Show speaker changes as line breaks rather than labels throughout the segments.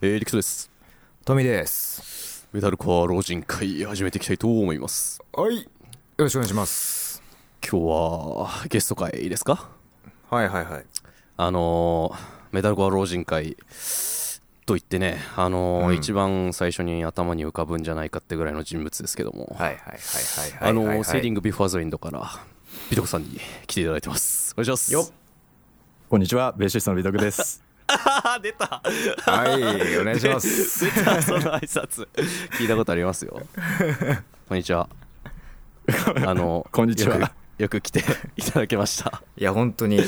えー、リクトです
トミーです
メタルコア老人会始めていきたいと思います
はいよろしくお願いします
今日はゲスト会ですか
はいはいはい
あのー、メタルコア老人会と言ってねあのー
うん
一番最初に頭に浮かぶんじゃないかってぐらいの人物ですけども
はいはいはいはい
あのー
はいはい
セーリングビフォーズウィンドからピトコさんに来ていただいてますお願いします
よっ
こんにちは、ベーシストの美徳 です。
あー出た
はいお願い します
出た その挨拶聞いたことあります よこんにちはあの
こんにちは
よくよく来ていただきました
いや本当に
あの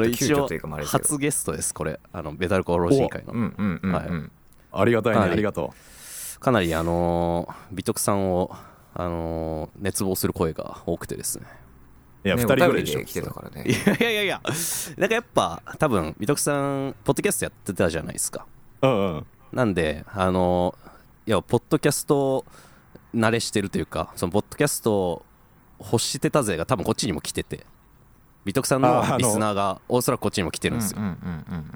割と
一
急遽
応
というかまああれですけ
初
ど
ゲストですこれあのベタルコア老人会
う
の
んうんうんうん
ありがたいね、
はい
ありがと
かなりあのー美徳さんをあのー熱望する声が多くてですね
う。いや、
ね
二
お
人
便
ぐら
り
いでしょ
で。来てたからね
いやいやいやいやなんかやっぱ多分美徳さんポッドキャストやってたじゃないですか
うんうん。
なんで、あの、いや、ポッドキャスト慣れしてるというか、そのポッドキャストを欲してたぜが多分こっちにも来てて、美徳さん
あー
の
あの
リスナーがおそらくこっちにも来てるんですよ。
うんうんうんうんう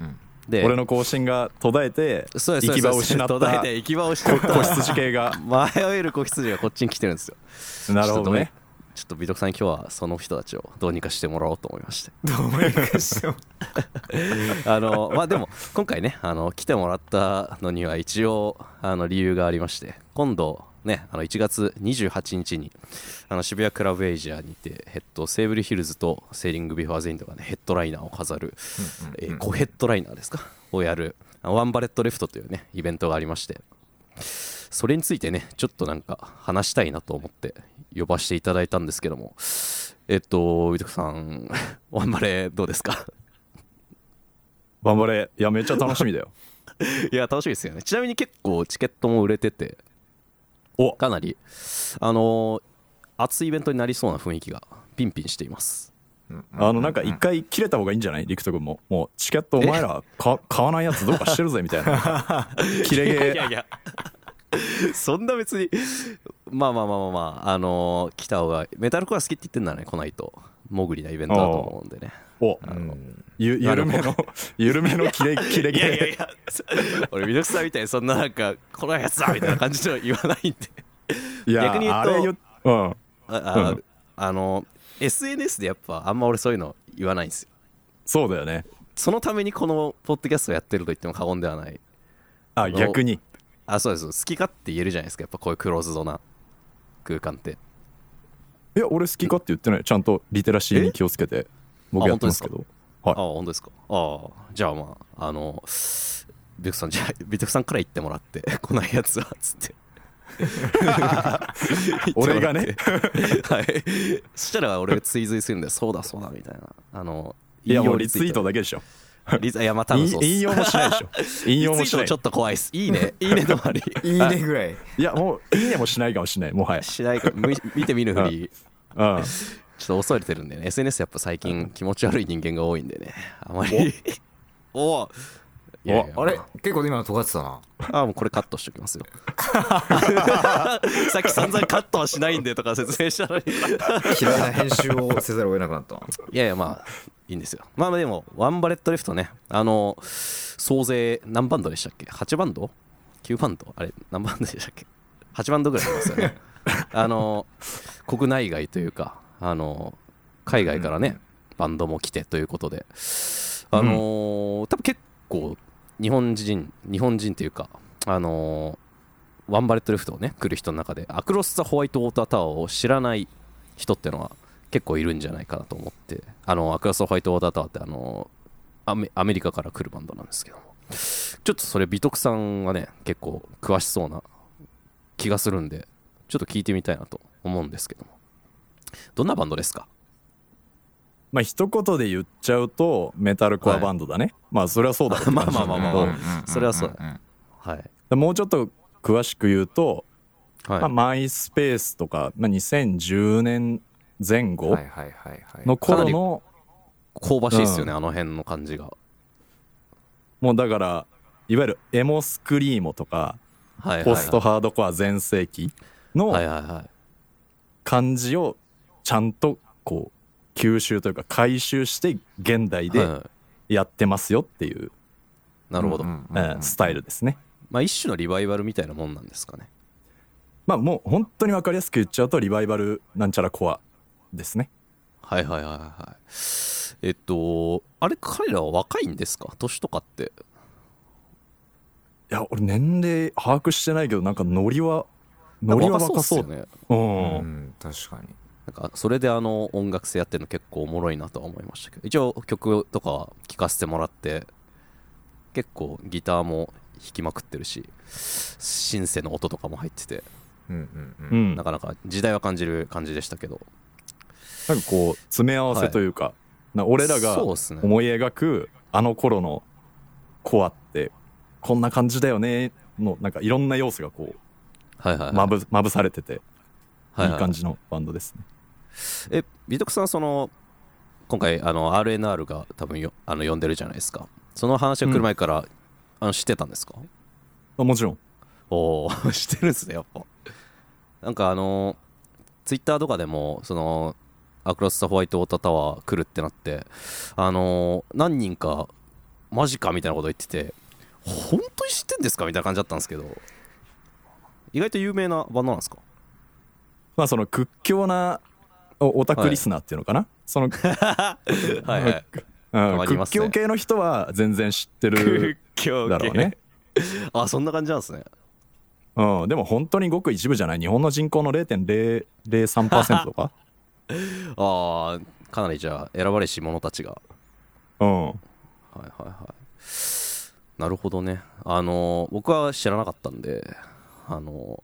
ん
で、
俺の更新が途絶えて、
そうです
行き場を失っ
そうです途絶
た
えて行き場を失った
子羊系 が。
迷える子羊がこっちに来てるんですよ。
なるほどね。
ちょっと美徳さんに今日はその人たちをどうにかしてもらおうと思いまして。
どうにかしても
あの、まあでも、今回ね、あの、来てもらったのには一応、あの、理由がありまして、今度、ね、あの1月28日にあの渋谷クラブエイジアにて、えっと、セーブルヒルズとセーリングビフォーゼインドが、ね、ヘッドライナーを飾る、えーコヘッドライナーですかをやるあのワンバレットレフトという、ね、イベントがありましてそれについてねちょっとなんか話したいなと思って呼ばせていただいたんですけどもえっと、美徳さん、 ワンバレどうですか
頑張れ。いや、めっちゃ楽し みだよ。
いや、楽しみですよね。ちなみに結構チケットも売れてて、
お
かなり、あのー熱いイベントになりそうな雰囲気がピンピンしています。
あの、なんか一回切れた方がいいんじゃない陸斗君も。もう、チケットお前らか買わないやつどうかしてるぜ、みたいな。 切れ毛。
いや、 そんな別に、まあまあまあまあ、まあ、あのー来た方が、メタルコア好きって言ってんならね、来ないと、モグリなイベントだと思うんでね。
お、ゆ、ゆるめの、ゆるめの切れ、切れ毛。
いや、 俺、ミノさんみたいに、そんななんか、来ないやつだみたいな感じでは言わないんで。
いや
逆に言うと
あれ言うん。
あ
う
あ
ん
あの、SNS でやっぱ、あんま俺そういうの言わないんですよ。
そうだよね。
そのためにこのポッドキャストをやってると言っても過言ではない。
あ、逆に。
あ、そうです。好き勝手言えるじゃないですか。やっぱこういうクローズドな空間って。
いや、俺好きかって言ってない。ちゃんとリテラシーに気をつけて、僕やってますけど。
あ本当ですか。ああ、じゃあまあ、あの、ビクさん、じゃあ、ビクさんから言ってもらって、 こないやつは、つって。言ってもらって。
俺がね
はい。そしたら俺が追随するんで、そうだそうだみたいな。あの、
いや、もう
引用
リツイートだけでしょ。
リツイいや、まあ多分
引
そうっす
引用もしない でしょ。引用も
リツ
し
イー
な
ト
い
ちょ。っと怖いっす。いいね。いいね止まり。
いいねぐらい
いや、もう、いいねもしないかもしれない、もはや。
しないか、む見て見ぬふり。
うん。
ちょっと恐れてるんでね、SNS やっぱ最近気持ち悪い人間が多いんでね、あまり。おおいやいや
あれ結構今の尖ってたな
あ、もうこれカットしときますよ。 さっき散々カットはしないんでとか説明したのに。
嫌いな編集をせざるを得なくなったない
やいや、まあ、いいんですよ。まあでも、ワンバレットレフトね、あの、総勢何バンドでしたっけ ?8 バンド ?9 バンドあれ、何バンドでしたっけ ?8 バンドぐらいいますよ ね。あの、国内外というか、あの、海外からね、バンドも来てということで、あのー多分結構、日本人、日本人というか、あのーワンバレットレフトをね、来る人の中で、アクロス・ザ・ホワイト・ウォーター・タワーを知らない人ってのは結構いるんじゃないかなと思って、あの、アクロス・ホワイト・ウォーター・タワーって、あのーアメ、アメリカから来るバンドなんですけども、ちょっとそれ、美徳さんがね、結構詳しそうな気がするんで、ちょっと聞いてみたいなと思うんですけども、どんなバンドですか
まあ、一言で言っちゃうと、メタルコアバンドだね。まあ、それはそうだろうって
まあ
感じ
まあまあまあ、
う
ま
ん
あ、それはそうだ。はい。
でもうちょっと詳しく言うと、
はい
まあ、マイスペースとか、まあ、2010年前後
はいはいはいはい
の頃の、
香ばしいですよね、
う
あの辺の感じが。
もうだから、いわゆるエモスクリーモとか、
はいはいはい、
ポストハードコア全盛期の
はいはいはい。
感じをちゃんとこう吸収というか回収して現
はい
代で
はい
やってますよっていう、
なるほど、
うんうん
えースタイルですね。
まあ一種のリバイバルみたいなもんなんですかね
まあもう本当に分かりやすく言っちゃうとリバイバルなんちゃらコアですね。
はいはいはいはいえっとあれ彼らは若いんですか年とかって
いや俺年齢把握してないけどなんかノリはノリは若そう
なんか若っすよね
うん
うん確かに
なんかそれであの音楽性やってるの結構おもろいなとは思いましたけど一応曲とかは聴かせてもらって結構ギターも弾きまくってるしシンセの音とかも入ってて
うんうん
う
うん
ん、な
なんかなか時代は感じる感じでしたけど
かこう詰め合わせというか、な俺らが
そうっすね
思い描くあの頃のコアってこんな感じだよねのなんかいろんな要素がこう
はいはいはい
まぶまぶされててい
はいいはい
感じのバンドですね。
え美徳さんその今回あの RNR が多分よあの呼んでるじゃないですかその話が来る前から、あの知ってたんですか
あもちろん
おお 知ってるんですねやっぱなんかあのツイッターとかでもそのアクロス・ザ・ホワイト・オータ・タワー来るってなってあの何人かマジかみたいなこと言ってて本当に知ってんですかみたいな感じだったんですけど意外と有名なバンドなんですか
まあその屈強なおオタクリスナーっていうのかな、その、
はいはい
うん
わかりま
屈
すね
強系の人は全然知ってるだろうね。
あそんな感じなんですね
うん、でも本当にごく一部じゃない日本の人口の0.003% とか、
ああかなりじゃあ選ばれし者たちが
うん、
はいはいはいなるほどねあの僕は知らなかったんであの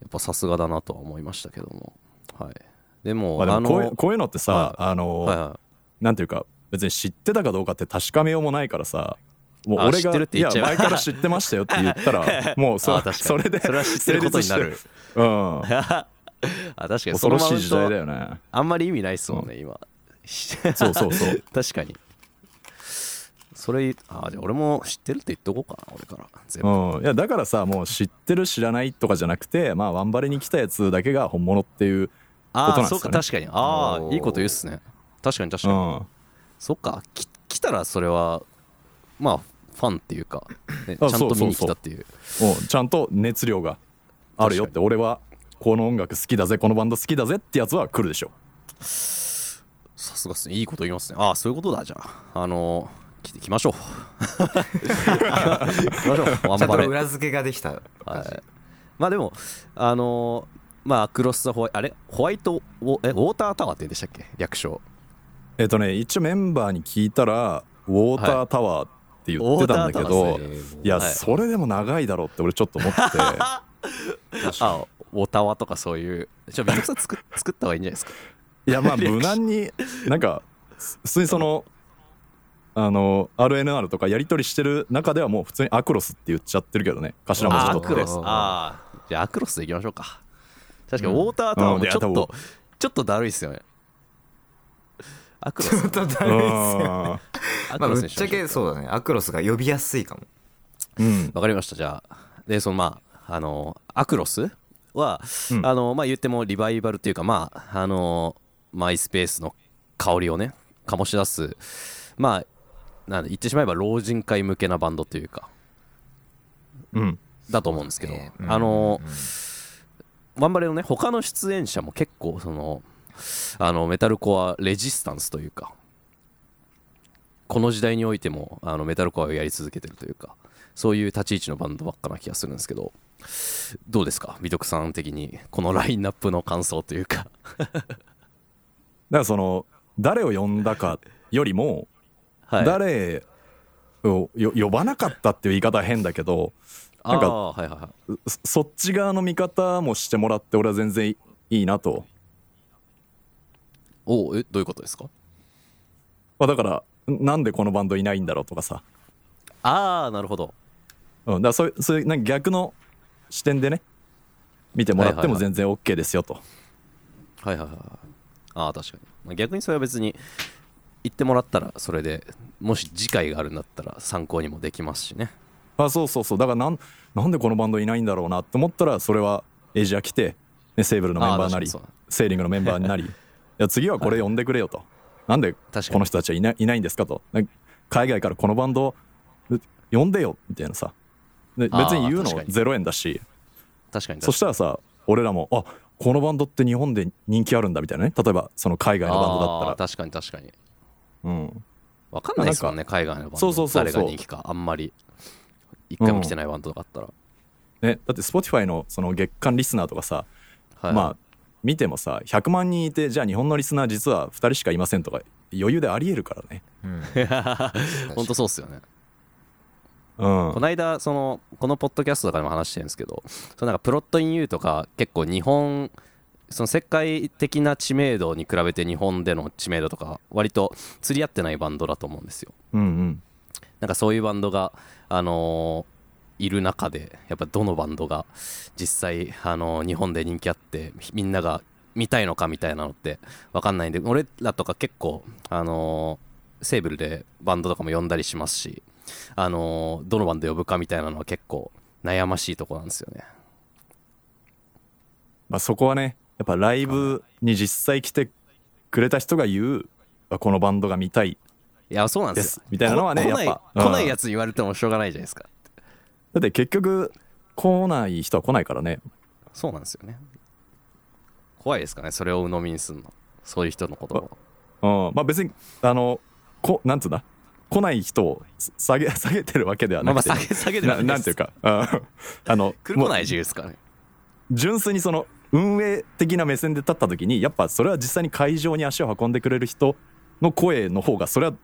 やっぱさすがだなとは思いましたけどもはいでも,、
まあ、で
あ、
もこういう
の
こういうのってさ、
は
あの、
はいは
なんていうか別に知ってたかどうかって確かめようもないからさもう
あ
俺
知っ
が
てるって言っちゃう
いや前から知ってましたよって言っ たらもう
あ
そ
確かに
それで
それは知ってることになる
成立してるうん
いあ確かにそ
恐
の
ろ
マ
し
ウ
い
ン
時代だ
ト
よね
あんまり意味ないっすもんね、今
そうそうそう
確かにそれあーじゃあ俺も知ってるって言っとこうかな俺から全部
うん、いやだからさもう知ってる知らないとかじゃなくてまあワンバレに来たやつだけが本物っていう、
あ
こと
あ
なんすかね
そうか確かにあ
お
あ
ー
いいこと言うっすね確かに確
う
かに、
ん、
そっかき来たらそれはまあファンっていうか、ね、ちゃ
あ
ん
そ
と
う
見
そうそう
に来たっていう
うんちゃんと熱量があるよって俺はこの音楽好きだぜこのバンド好きだぜってやつは来るでしょ
さすがっすねいいこと言いますねああそういうことだじゃああの来てき ましょう来ましょうワン
ちゃん
バ
と
レ、
裏付けができた
はい、まあでもあのまあアクロス・ザ・ホワイトあれホワイトウォえウォータータワーって言うんでしたっけ略称
えっ、とね一応メンバーに聞いたらウォータータワーって言ってたんだけど、
はいウォータータワー
い
ですね
や、
はい
それでも長いだろうって俺ちょっと思って
あウォータワーとかそういうちょっとさん作っ作った方がいいんじゃないですか
いやまあ無難になんかす普通にそのあの RNR とかやり取りしてる中ではもう普通にアクロスって言っちゃってるけどね頭文
あ
字
ーア
取って
クロス
うん
ああじゃあアクロスでいきましょうか確かにウォータータワーもちょっと、
うんうんいや多
ちょっとだるいっすよねアクロス
とだ
う
るいっすよ
ん
ア
ま
クロ
あぶ
ス
っ
にし
ち
ま
ゃ
しょう
けそうだねアクロスが呼びやすいかも
うん
わかりましたじゃあでそのまああのアクロスは、
うん
あのまあ言ってもリバイバルっていうかまああのマイスペースの香りをね醸し出すまあなんで言ってしまえば老人会向けなバンドというか
うん
だと思うんですけど、
ね
あの、ワンバレのね他の出演者も結構そのあのメタルコアレジスタンスというかこの時代においてもあのメタルコアをやり続けてるというかそういう立ち位置のバンドばっかな気がするんですけどどうですか美徳さん的にこのラインナップの感想というか
だからその誰を呼んだかよりも、
はい
誰をよ呼ばなかったっていう言い方は変だけど
あ
なんか
あはいはいはい
そそっち側の見方もしてもらって俺は全然いいなと、
おうえどういうことですか
まあ、だからなんでこのバンドいないんだろうとかさ、
ああなるほど
うん、だからそういうそういうなんか逆の視点でね見てもらっても
はいはいは
全然 OK ですよと、
はいはいはいはいああ確かにまあ逆にそれは別に言ってもらったらそれでもし次回があるんだったら参考にもできますしね
あそうそうそうだからなんなんでこのバンドいないんだろうなと思ったらそれはエイジア来て、ね、セーブルのメンバーなり
あー確かに
セーリングのメンバーになりや次はこれ呼んでくれよと、なんで
確かに
この人たちはいないいないんですかとなんか海外からこのバンド呼んでよみたいなさで別
あー
に言うの
確かに
0円だし
確かに
そしたらさ俺らもあこのバンドって日本で人気あるんだみたいなね例えばその海外のバンドだ
あー
ったら、
確かに確かに
うん、
わかんないですもんね海外のバンド
そうそうそうそう
誰が人気かあんまり一回も来てないバンドとかあったら、
ね、だって Spotify のその月間リスナーとかさ、
はい、
まあ見てもさ100万人いてじゃあ日本のリスナー実は2人しかいませんとか余裕でありえるからね、
うん、
本当そうっすよね
うん、
この間そのこのポッドキャストとかでも話してるんですけどそのなんかプロットインユーとか結構日本その世界的な知名度に比べて日本での知名度とか割と釣り合ってないバンドだと思うんですよ
うんうん
なんかそういうバンドがあのーいる中でやっぱどのバンドが実際あのー日本で人気あってみんなが見たいのかみたいなのって分かんないんで俺らとか結構あのーセーブルでバンドとかも呼んだりしますしあのーどのバンド呼ぶかみたいなのは結構悩ましいとこなんですよね
まあ、そこはねやっぱライブに実際来てくれた人が言うあこのバンドが見たい
いやそうなんで
ですす
よ
みたいなのはね
こ来
やっ
ない
ぱ
来な
う
い
ん
やつに言われてもしょうがないじゃないですか
だって結局来ない人は来ないからね
そうなんですよね怖いですかねそれを鵜呑みにするのそういう人の言葉を
うん、まあ別にあのこなんつうんだ来ない人を下げ 下げてるわけでは
まあ
な
まあ
くて、
下げ下げてるわ
な
けです
なんていうか、うんあの
来
も
る
う
ない自由ですからね
純粋にその運営的な目線で立った時にやっぱそれは実際に会場に足を運んでくれる人の声の方がそれは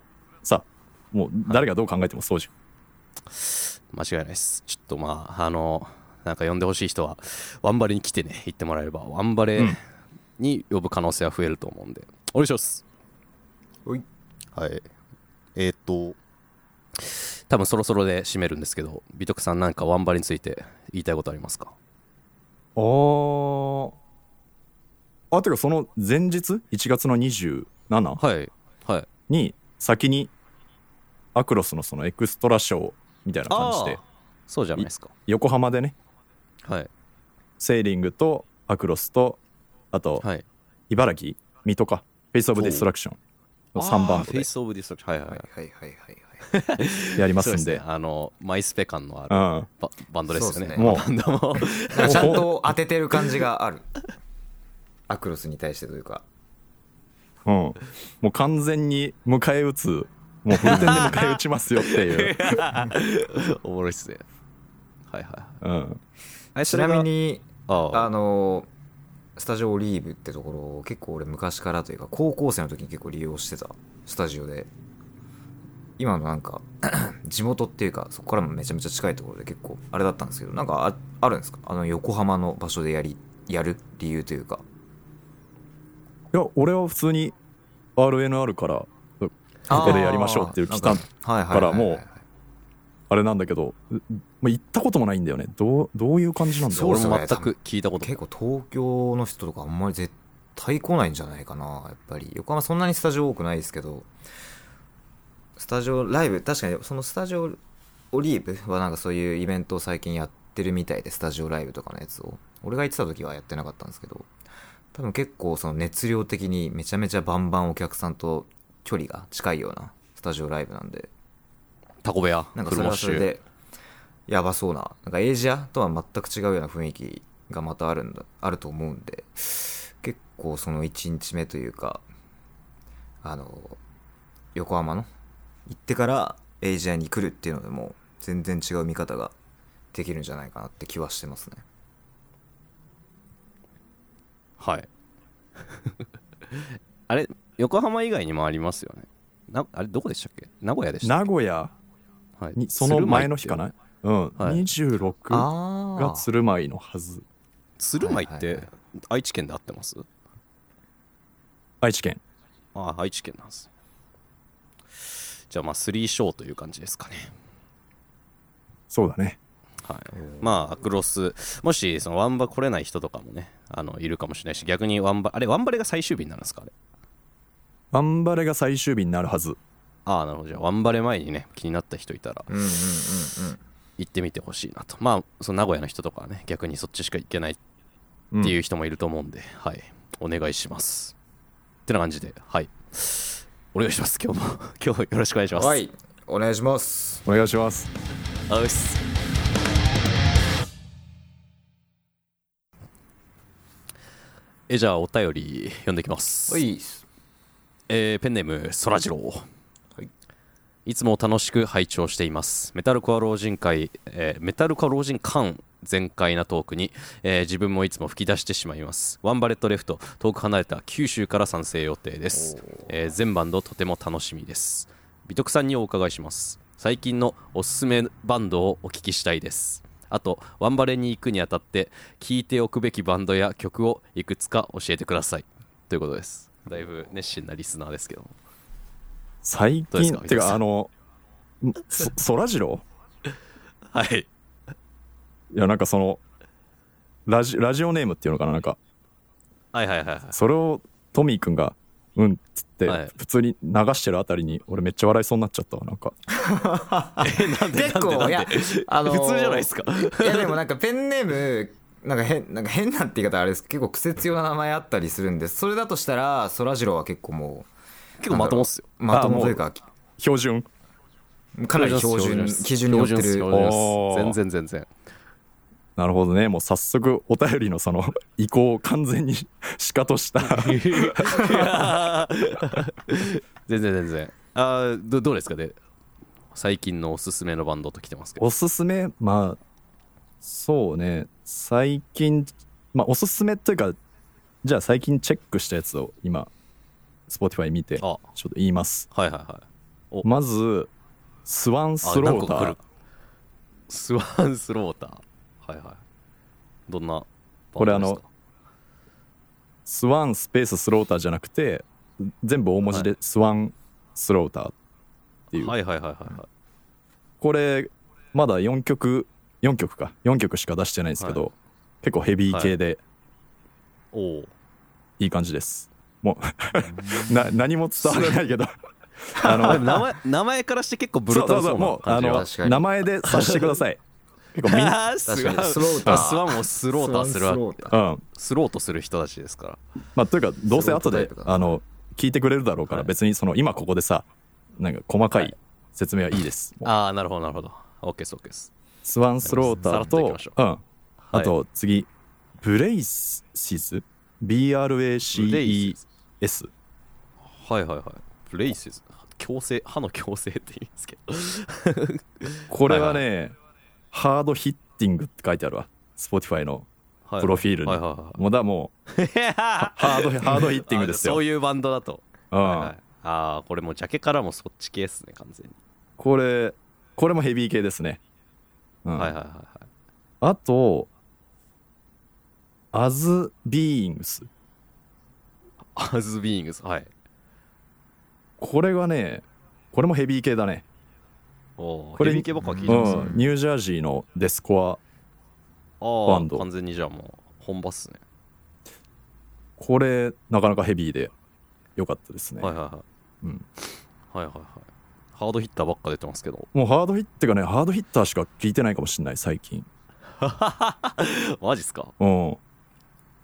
さもう誰がどう考えてもそうじ
間違いないですちょっとまああのなんか呼んでほしい人はワンバレに来てね行ってもらえればワンバレ
うん
に呼ぶ可能性は増えると思うんで、お願いします
おい
はいえっと多分そろそろで締めるんですけど美徳さんなんかワンバレについて言いたいことありますか
ゃんああてかその前日1月の27
はいはい
に先にアクロスのそのエクストラショーみたいな感じで
あーそうじゃないですか
横浜でね
はい
セーリングとアクロスとあと
はい
茨城水戸かフェイス・オブ・ディストラクションの3番
フ
手
ェ
で
イスオブディストラクションはいはい、
は
はいい、
はいはいはい
やりま
そ
す
うんで
です
ねあのマイスペ感のあ
う
る
ん
ババンドですよね
そうです
ねもう
バンドも
はいちゃんと当ててる感じがあるアクロスに対してというか
うん、もう完全に迎え撃つもうフルテンで迎え撃ちますよって いう、
おもろいっすねはいはいはい
うん、
あれ
ちなみに
あ
あのスタジオオリーブってところを結構俺昔からというか高校生の時に結構利用してたスタジオで今のなんか 地元っていうかそこからもめちゃめちゃ近いところで結構あれだったんですけどなんかああるんですかあの横浜の場所でやりやる理由というか
いや俺は普通に RNR からここでやりましょうっていう来た
た
からもうあれなんだけどうまあ行ったこともないんだよねどうどういう感じなんだろ
俺
っすね
も全く聞いたことない
結構東京の人とかあんまり絶対来ないんじゃないかなやっぱり横浜そんなにスタジオ多くないですけどスタジオライブ確かにそのスタジオオリーブはなんかそういうイベントを最近やってるみたいでスタジオライブとかのやつを俺が行ってた時はやってなかったんですけど多分結構その熱量的にめちゃめちゃバンバンお客さんと距離が近いようなスタジオライブなんで
タコ部屋
なんか
ク
そ
ル
れ
モッ
は
シ
それ
ュ
でやばそうななんかエイジアとは全く違うような雰囲気がまたあるんだあると思うんで結構その1日目というかあの横浜の行ってからエイジアに来るっていうのでもう全然違う見方ができるんじゃないかなって気はしてますね
はい あれ横浜以外にもありますよねなあれどこでしたっけ名古屋でした
名古屋
はい
にその前の日かなうん、
はい
26が
あ
鶴舞のはず
鶴舞っ
はい
て
はい
愛知県であってます
愛知県
ああ愛知県なんですねじゃあまあ3ショーという感じですかね
そうだね
はい、まあアクロスもしそのワンバ来れない人とかもねあのいるかもしれないし逆にワンバあれワンバレが最終日になるんですかあれ
ワンバレが最終日になるはず
ああなるほどじゃあワンバレ前にね気になった人いたら
うんうんうんうん
行ってみてほしいなとまあその名古屋の人とかはね逆にそっちしか行けないっていう人もいると思うんで、はいお願いしますてな感じではいお願いします今日も 今日もよろしくお願いします
はいお願いします
お願いします
あうっすえじゃあお便り読んでいきます
はい
えーペンネームそらジロー
はい
いつも楽しく拝聴していますメタルコア老人会、えーメタルコア老人館全開なトークに、えー自分もいつも吹き出してしまいますワンバレットレフト遠く離れた九州から参戦予定です、えー全バンドとても楽しみです美徳さんにお伺いします最近のおすすめバンドをお聞きしたいですあとワンバレに行くにあたって聴いておくべきバンドや曲をいくつか教えてくださいということですだいぶ熱心なリスナーですけども
最
どうです
近
か
てかあのんそ そらジロ
はい
ーいやなんかそのラジラジオネームっていうのかななんか
はいはいはいはい
それをトミーくんが「うん」っつって
はい
普通に流してるあたりに俺めっちゃ笑いそうになっちゃったわなんか
結
なんでなん
構
で
いやあのー
普通じゃないですか
いやでもなんかペンネームなんか変なんか変なって言い方あれです結構癖強な名前あったりするんでそれだとしたらそらジローは結構も
結構まともっすよ
うまともというか
標準
かなり標準基準に乗っ
標
て
準っす
る
標
お
準っ
お
す全
ー
然全 然
なるほどねもう早速お便りのその意向を完全に しかとした
全然全然あーどどうですかね最近のおすすめのバンドと来てますけど
おすすめまあそうね最近まあおすすめというかじゃあ最近チェックしたやつを今 Spotify 見てちょ
あ
っと言います
はいはいはい
まずスワンス
あ
ロ
何
ー
個
タ
か来
ー
るスワンスローターはいはいどんなバンドですか
これあのスワンスペーススローターじゃなくて全部大文字でスワンスローターっていう、
はいはいはいはいはい
これまだ4曲4曲か4曲しか出してないんですけど、
はい
結構ヘビー系で
おお
いい感じです、もう な何も伝わらないけ どあの
名前名前からして結構ブルー
そう
タ
そう
ルそうう
そ
な
もう
感
あ
じが
の
確かに
名前で察してくだ さい結構みんな、
あー スワン
確かにスローター
あスワンをスローターするわけ
うん、
スローとする人たちですから
まあというかどうせ後
スロータイ
で
プだな
あの聞いてくれるだろうから、
はい
別にその今ここでさなんか細か
はいい
説明はいいです、もう
ああなるほどなるほど OK です OK です
スワンスローター
さらっとい
と
きましょ
うん、あと次、ブレイシズ BRACES
はいはいはいブレイシズ矯正歯の矯正って言うんですけど
これはね、ハードヒッティングって書いてあるわ Spotify の
はい
プロフィールに、
はいはい はい
もうだもうハードハードヒッティング
あ
ですよ
そういうバンドだと
うん
はいはいああこれもうジャケからもそっち系ですね完全に
これこれもヘビー系ですね、うん
はいはいはいはい
あと As Beings
アーズビーイングスはい
これがねこれもヘビー系だね
おお
これ
ヘビー系ばっか聞いて
う
ます
ん、ニュージャージーのデスコア
あ
バンド
あ完全にじゃあもう本場っすね
これなかなかヘビーで良かったですね、
はいはいはい
うん
はいはいはいハードヒッターばっか出てますけど
もうハードヒッってかねハードヒッターしか聞いてないかもしれない最近
マジっすか
うん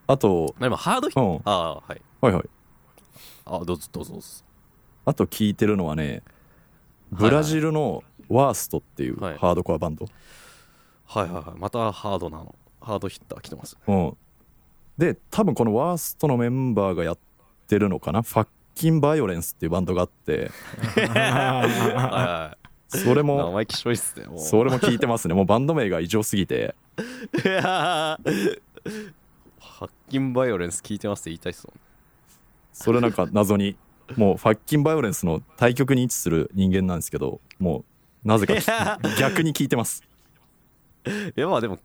あと
でもハードヒッ
う
ター
ん
ああはい
はいはい
あどうぞどうぞどうぞ
あと聞いてるのはね
はいは
ブ
い
ラジルのワーストっていう
はい
ハードコアバンド、
はいはいはいまたハードなのハードヒッター来てます
うんで多分このワーストのメンバーがやってるのかなファッキンバイオレンスっていうバンドがあって
は
そ
いはい
れも
生意気しょいっすねもう
それも聞いてますねもうバンド名が異常すぎて
い やーハッキンバイオレンス聞いてますって言いたいっすもん
それなんか謎にもうファッキンバイオレンスの対極に位置する人間なんですけどもうなぜか聞逆に聞いてます
いやまあでも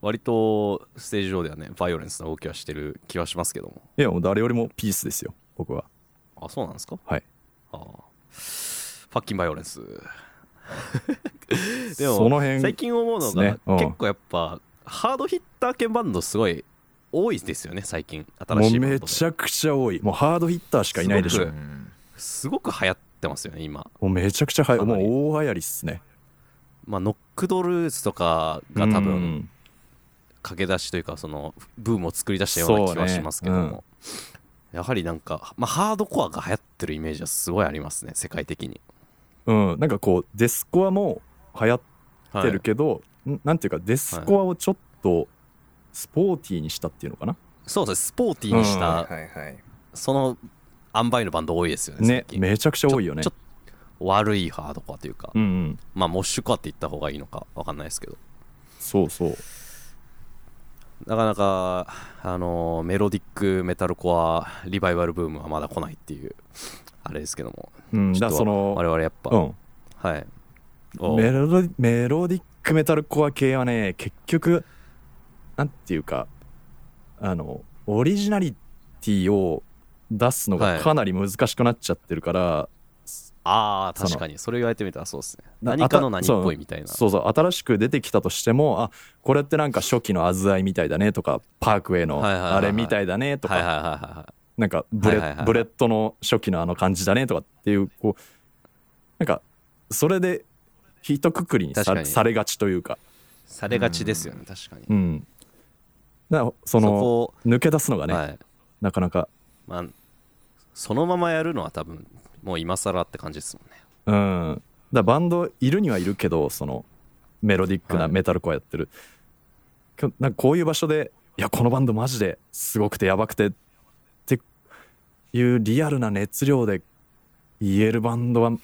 割とステージ上ではねバイオレンスな動きはしてる気はしますけども
いやもう誰よりもピースですよ僕は
あそうなんですか
はい
ああファッキンバイオレンスでも
その辺
最近思うのが、
ですねうん
結構やっぱハードヒッター系バンドすごい多いですよね最近
も
新し
う
いバンド
め
で
ちゃくちゃ多いもうハードヒッターしかいないでしょ
すごくすごく流行ってますよね今
もうめちゃくちゃ早い
かな
もう
り
大流行りっすね
まあ、ノックドルーズとかが多
う
分
ん
駆け出しというかそのブームを作り出したような気はしますけども、
そうね
やはりなんか、まあ、ハードコアが流行ってるイメージはすごいありますね世界的に、
うん、なんかこうデスコアも流行
は
っ
い
てるけど、んなんていうかデスコアをちょっとスポーティーにしたっていうのかな、
そうですねスポーティーにし
あ
た、
はいはい
その塩梅のバンド多いですよね
ね
最近
めちゃくちゃ多いよね
ちょちょ悪いハードコアというか、
うんうん
まあモッシュコアって言った方がいいのかわかんないですけど
そうそう
なかなか、あのーメロディックメタルコアリバイバルブームはまだ来ないっていうあれですけども
うんだ
ちょ
か
っ
ら
と
その
我々やっぱ、
うん
はいお
メロディメロディックメタルコア系はね結局なんていうかあのオリジナリティを出すの
は
が
い
かなり難しくなっちゃってるから、
あー
その
確かにそれ言われてみたらそうですね
な
何かの
あた
何っぽいみたいな
そうそう新しく出てきたとしてもあこれってなんか初期の「あずあい」みたいだねとかパークウェイの
はいはいはいはい
あれみたいだねとか、
はいはいはいはい
なんかブレ,、
はいはいはい
ブレッドの初期のあの感じだねとかっていうこうなんかそれで一括りにさ
確かに
されがちというか
されがちですよね確かに、
うん、だからその
そこ
抜け出すのがね、
はい
なかなか、
まあそのままやるのは多分もう今更って感じですもんね
うん、だからバンドいるにはいるけどそのメロディック
は
ないメタルコアやってる、きょなんかこういう場所でいやこのバンドマジですごくてやばくてっていうリアルな熱量で言えるバンドはう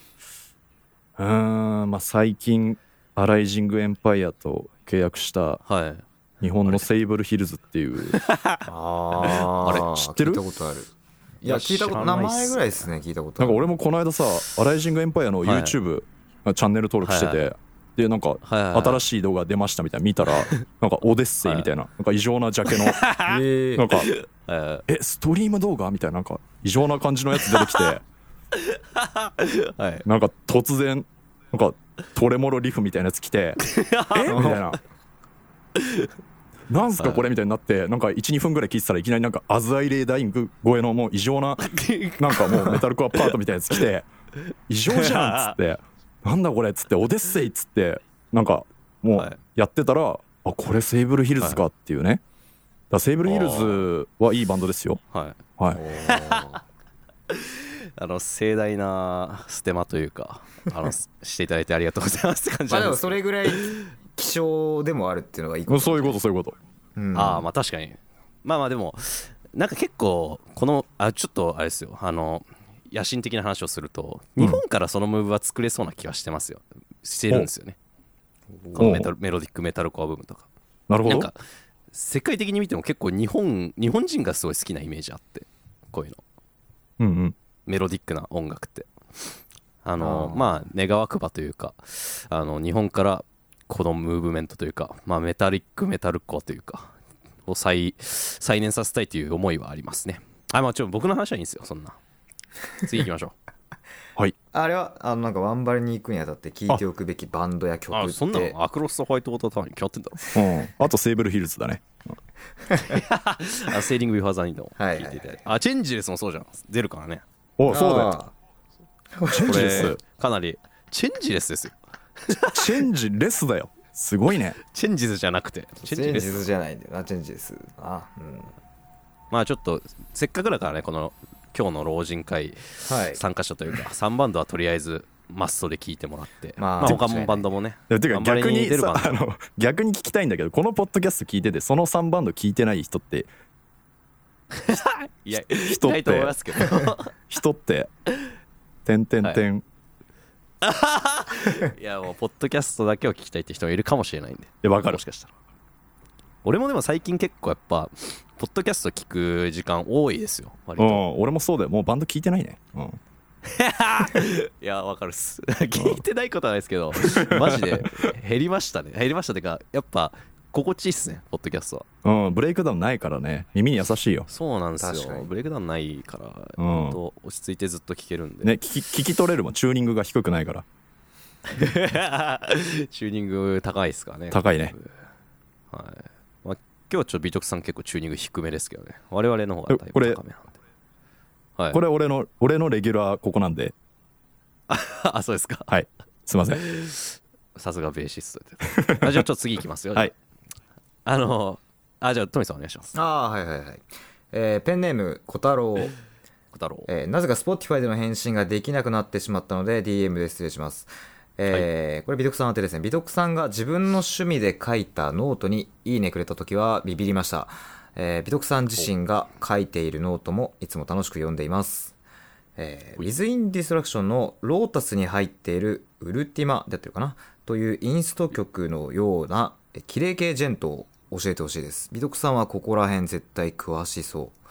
ーんまあ最近アライジングエンパイアと契約した
はい
日本のセイブルヒルズっていう
あー
あれ
知ってる
聞いたことあるいや聞いたこと
知ら
名
ないっすね
前ぐらいですね聞いたことあ
なんか
る
俺もこの間さ「アライジングエンパイア」の
はい
YouTube、チャンネル登録してて、
はい
でなんか
はいはい
新しい動画出ましたみたい な見たらなんか「オデッセイ」みたいななんか異常なジャケの
え
なん
ー
か
え
「えストリーム動画?」みたいななんか異常な感じのやつ出てきて
ーはい
なんか突然なんかトレモロリフみたいなやつ 来て「えみたいな。なんすかこれみたいになってなんか12分ぐらい聞いてたらいきなりなんか「アズアイレイダイング」超えのもう異常な なんかもうメタルコアパートみたいなやつ 来て「異常じゃん」っつって「なんだこれ」っつって「オデッセイ」っつってなんかも
はいう
やってたら「あこれセイブルヒルズか」っていうねだからセイブルヒルズはいいバンドですよ
はい
はい
あの盛大なステマという かあのすしていただいてありがとうございますって感じ
まあ
なんで
でも
すけ
そ
ど、
れぐらい希少でもあるっていうのがいい
も
こ
う
と
そういうことそういうこと
うん
ああまあ確かにまあまあでもなんか結構このあちょっとあれですよあの野心的な話をすると日本からそのムーブは作れそうな気はしてますよしてるんですよねこのメタルメロディックメタルコアブームとか
なるほ
なん
ど
か世界的に見ても結構日本日本人がすごい好きなイメージあってこういうの
うんうん
メロディックな音楽ってあの
あー
まあ願わくばというかあの日本からこのムーブメントというか、まあ、メタリックメタルコアというかを再再燃させたいという思いはありますねあまあちょ僕の話はいいんですよそんな次行きましょ
はい
あれはあのなんかワンバルに行くにあたって聞いておくべきバンドや
う
曲
あ
っ
そんな
て
のアクロスとホワイトウォータータワーに決まってんだろ
うんあとセイブルヒルズだね
あセーリング・ビファー・ザ・ニードも
はい
聞いていただいて、あチェンジレスもそうじゃん出るからね
おそうだよ
あ
チェン
こ
ジレス
れかなりチェンジレスですよ
チェンジレスだよすごいね
チェンジズじゃなくて
ー
チ
チ
ェンジ
ェン
レ
ジ
ス
ズじゃないんだよなチェンジですあうん
まあちょっとせっかくだからねこの今日の老人会
はい
参加者という か3バンドはとりあえずマストで聴いてもらって
ま
ま
あ
あ
間
他
違いない
のバンドもね
いやてか
頑張り
逆に
出るバン
さあの逆に聞きたいんだけどこのポッドキャスト聞いててその3バンド聞いてない人って
ドいや
人
い
っ
ないと思いますけど
人って「てんてんてん」
いやもうポッドキャストだけを聞きたいって人もいるかもしれないんで
えわかる
もしかしたら俺もでも最近結構やっぱポッドキャスト聞く時間多いですよ割
う
と
ん、俺もそうだよもうバンド聞いてないね、うん、
いやわかるっす聞いてないことはないですけどマジで減りましたね減りましたってかやっぱ心地いいっすねポッドキャストは
うん、ブレイクダウンないからね耳に優しいよ、
そうなんです
確か
よ
に
ブレイクダウンないから、
うん
ほんと落ち着いてずっと聴けるんで、
ね、聞き聞き取れるもんチューニングが低くないから
チューニング高いですからね
高いね、
はいまあ、今日ちょっと美徳さん結構チューニング低めですけどね我々の方がだいぶ
これ
高めなんではい、
これ俺の俺のレギュラーここなんで
あそうですか
はいすいません
さすがベーシストであじゃあちょっと次いきますよ
はい
あのあじゃあトミさんお願いします
ああはいはいはいえーペンネーム小太郎、
小太郎。
えーなぜか Spotify での返信ができなくなってしまったので DM で失礼します、えーこれ美徳さん宛てですね美徳さんが自分の趣味で書いたノートにいいねくれた時はビビりました、えー美徳さん自身が書いているノートもいつも楽しく読んでいますえー、ウィズ・イン・ディストラクションのロータスに入っているウルティマだってるかなというインスト曲のようなえー綺麗系ジェントを教えてほしいです。美徳さんはここら辺絶対詳しそう。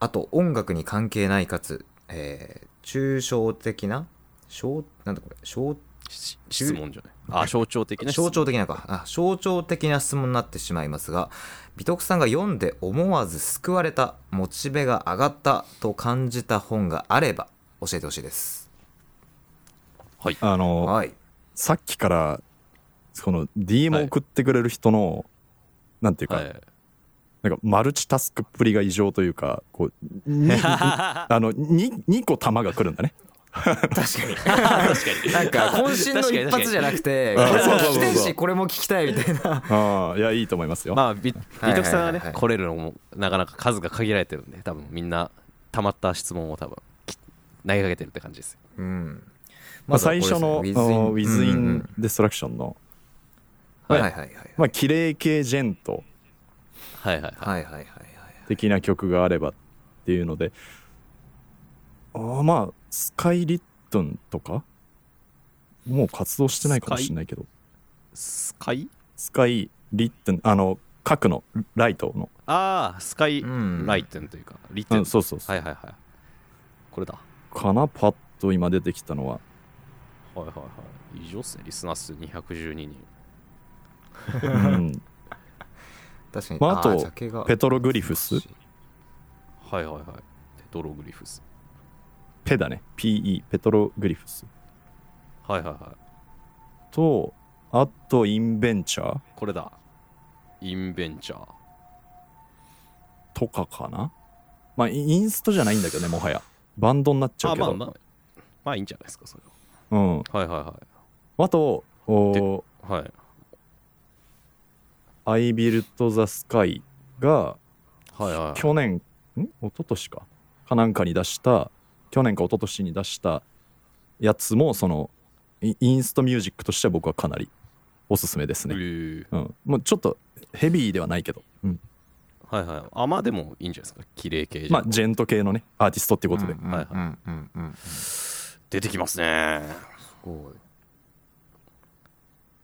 あと、音楽に関係ないかつ、えー、抽象的な小、なんだこれ、小、
し質問じゃない。あ、象徴的な質問
象徴的なか。あ、象徴的な質問になってしまいますが、美徳さんが読んで思わず救われた、モチベが上がったと感じた本があれば、教えてほしいです。
はい。
あの、
はい。
さっきからこの
は
DM
い
を送ってくれる人の、なんていうか、
はい
なんかマルチタスクっぷりが異常というかこ うににあの 2, 二個玉が来るんだ ね
確かに。
なんか、渾身の一発じゃなく て、これも
確か
聞
に確かに
きたいし、これも聞きたいみたいな。
ああいやいいと思いますよ、
まあ、美
はいはいはいはい
徳さんはね、来れるのも、なかなか数が限られてるんで、多分みんな、溜まった質問を多分、き投げかけてるって感じですよ。
うん。
まあ、最初の「ウィズ・イン・デストラクションの」
は
はいい
はいはい。
まあ、綺麗系ジェント
はいはいはい。
はいはいはいはい。
的な曲があればっていうのでああまあスカイ・リットンとかもう活動してないかもしれないけど
スカイ
スカイ・リットンあの核のライトの、
ああ、スカイ
うん
ライテンというか、リ
う
テン。
ん、そうそうそう、
はいはいはい。これだ。
かなパッと今出てきたのは
はいはいはい。異常っすね、リスナー数212人。
うん
確かに。
まああと
ージャケが
ペトログリフス
はいはいはい。テトログリフス。
ペだね PE ペトログリフス
はいはいはい。
とあとインベンチャー
これだ。インベンチャー。
とかかなまあイインストじゃないんだけどねもはやバンドになっちゃう
あ
けど
まあまあ、まあいいんじゃないですか、それ
うん、
は。はいは
あとお
いはい。はい。
「I Built the Sky」が
はいはい、はい。
去年ん一昨年かかなんかに出した去年か一昨年に出したやつもそのイインストミュージックとしては僕はかなりおすすめです
え
ね、
ー
うん、もうちょっとヘビーではないけど、うん、
はいはい。あ、まあでもいいんじゃないですか。綺麗系じゃ
まあ
ん。
ジェント系のねアーティストっていうことで、
うんうんうんうんうん。す
出てきますね。
ごい。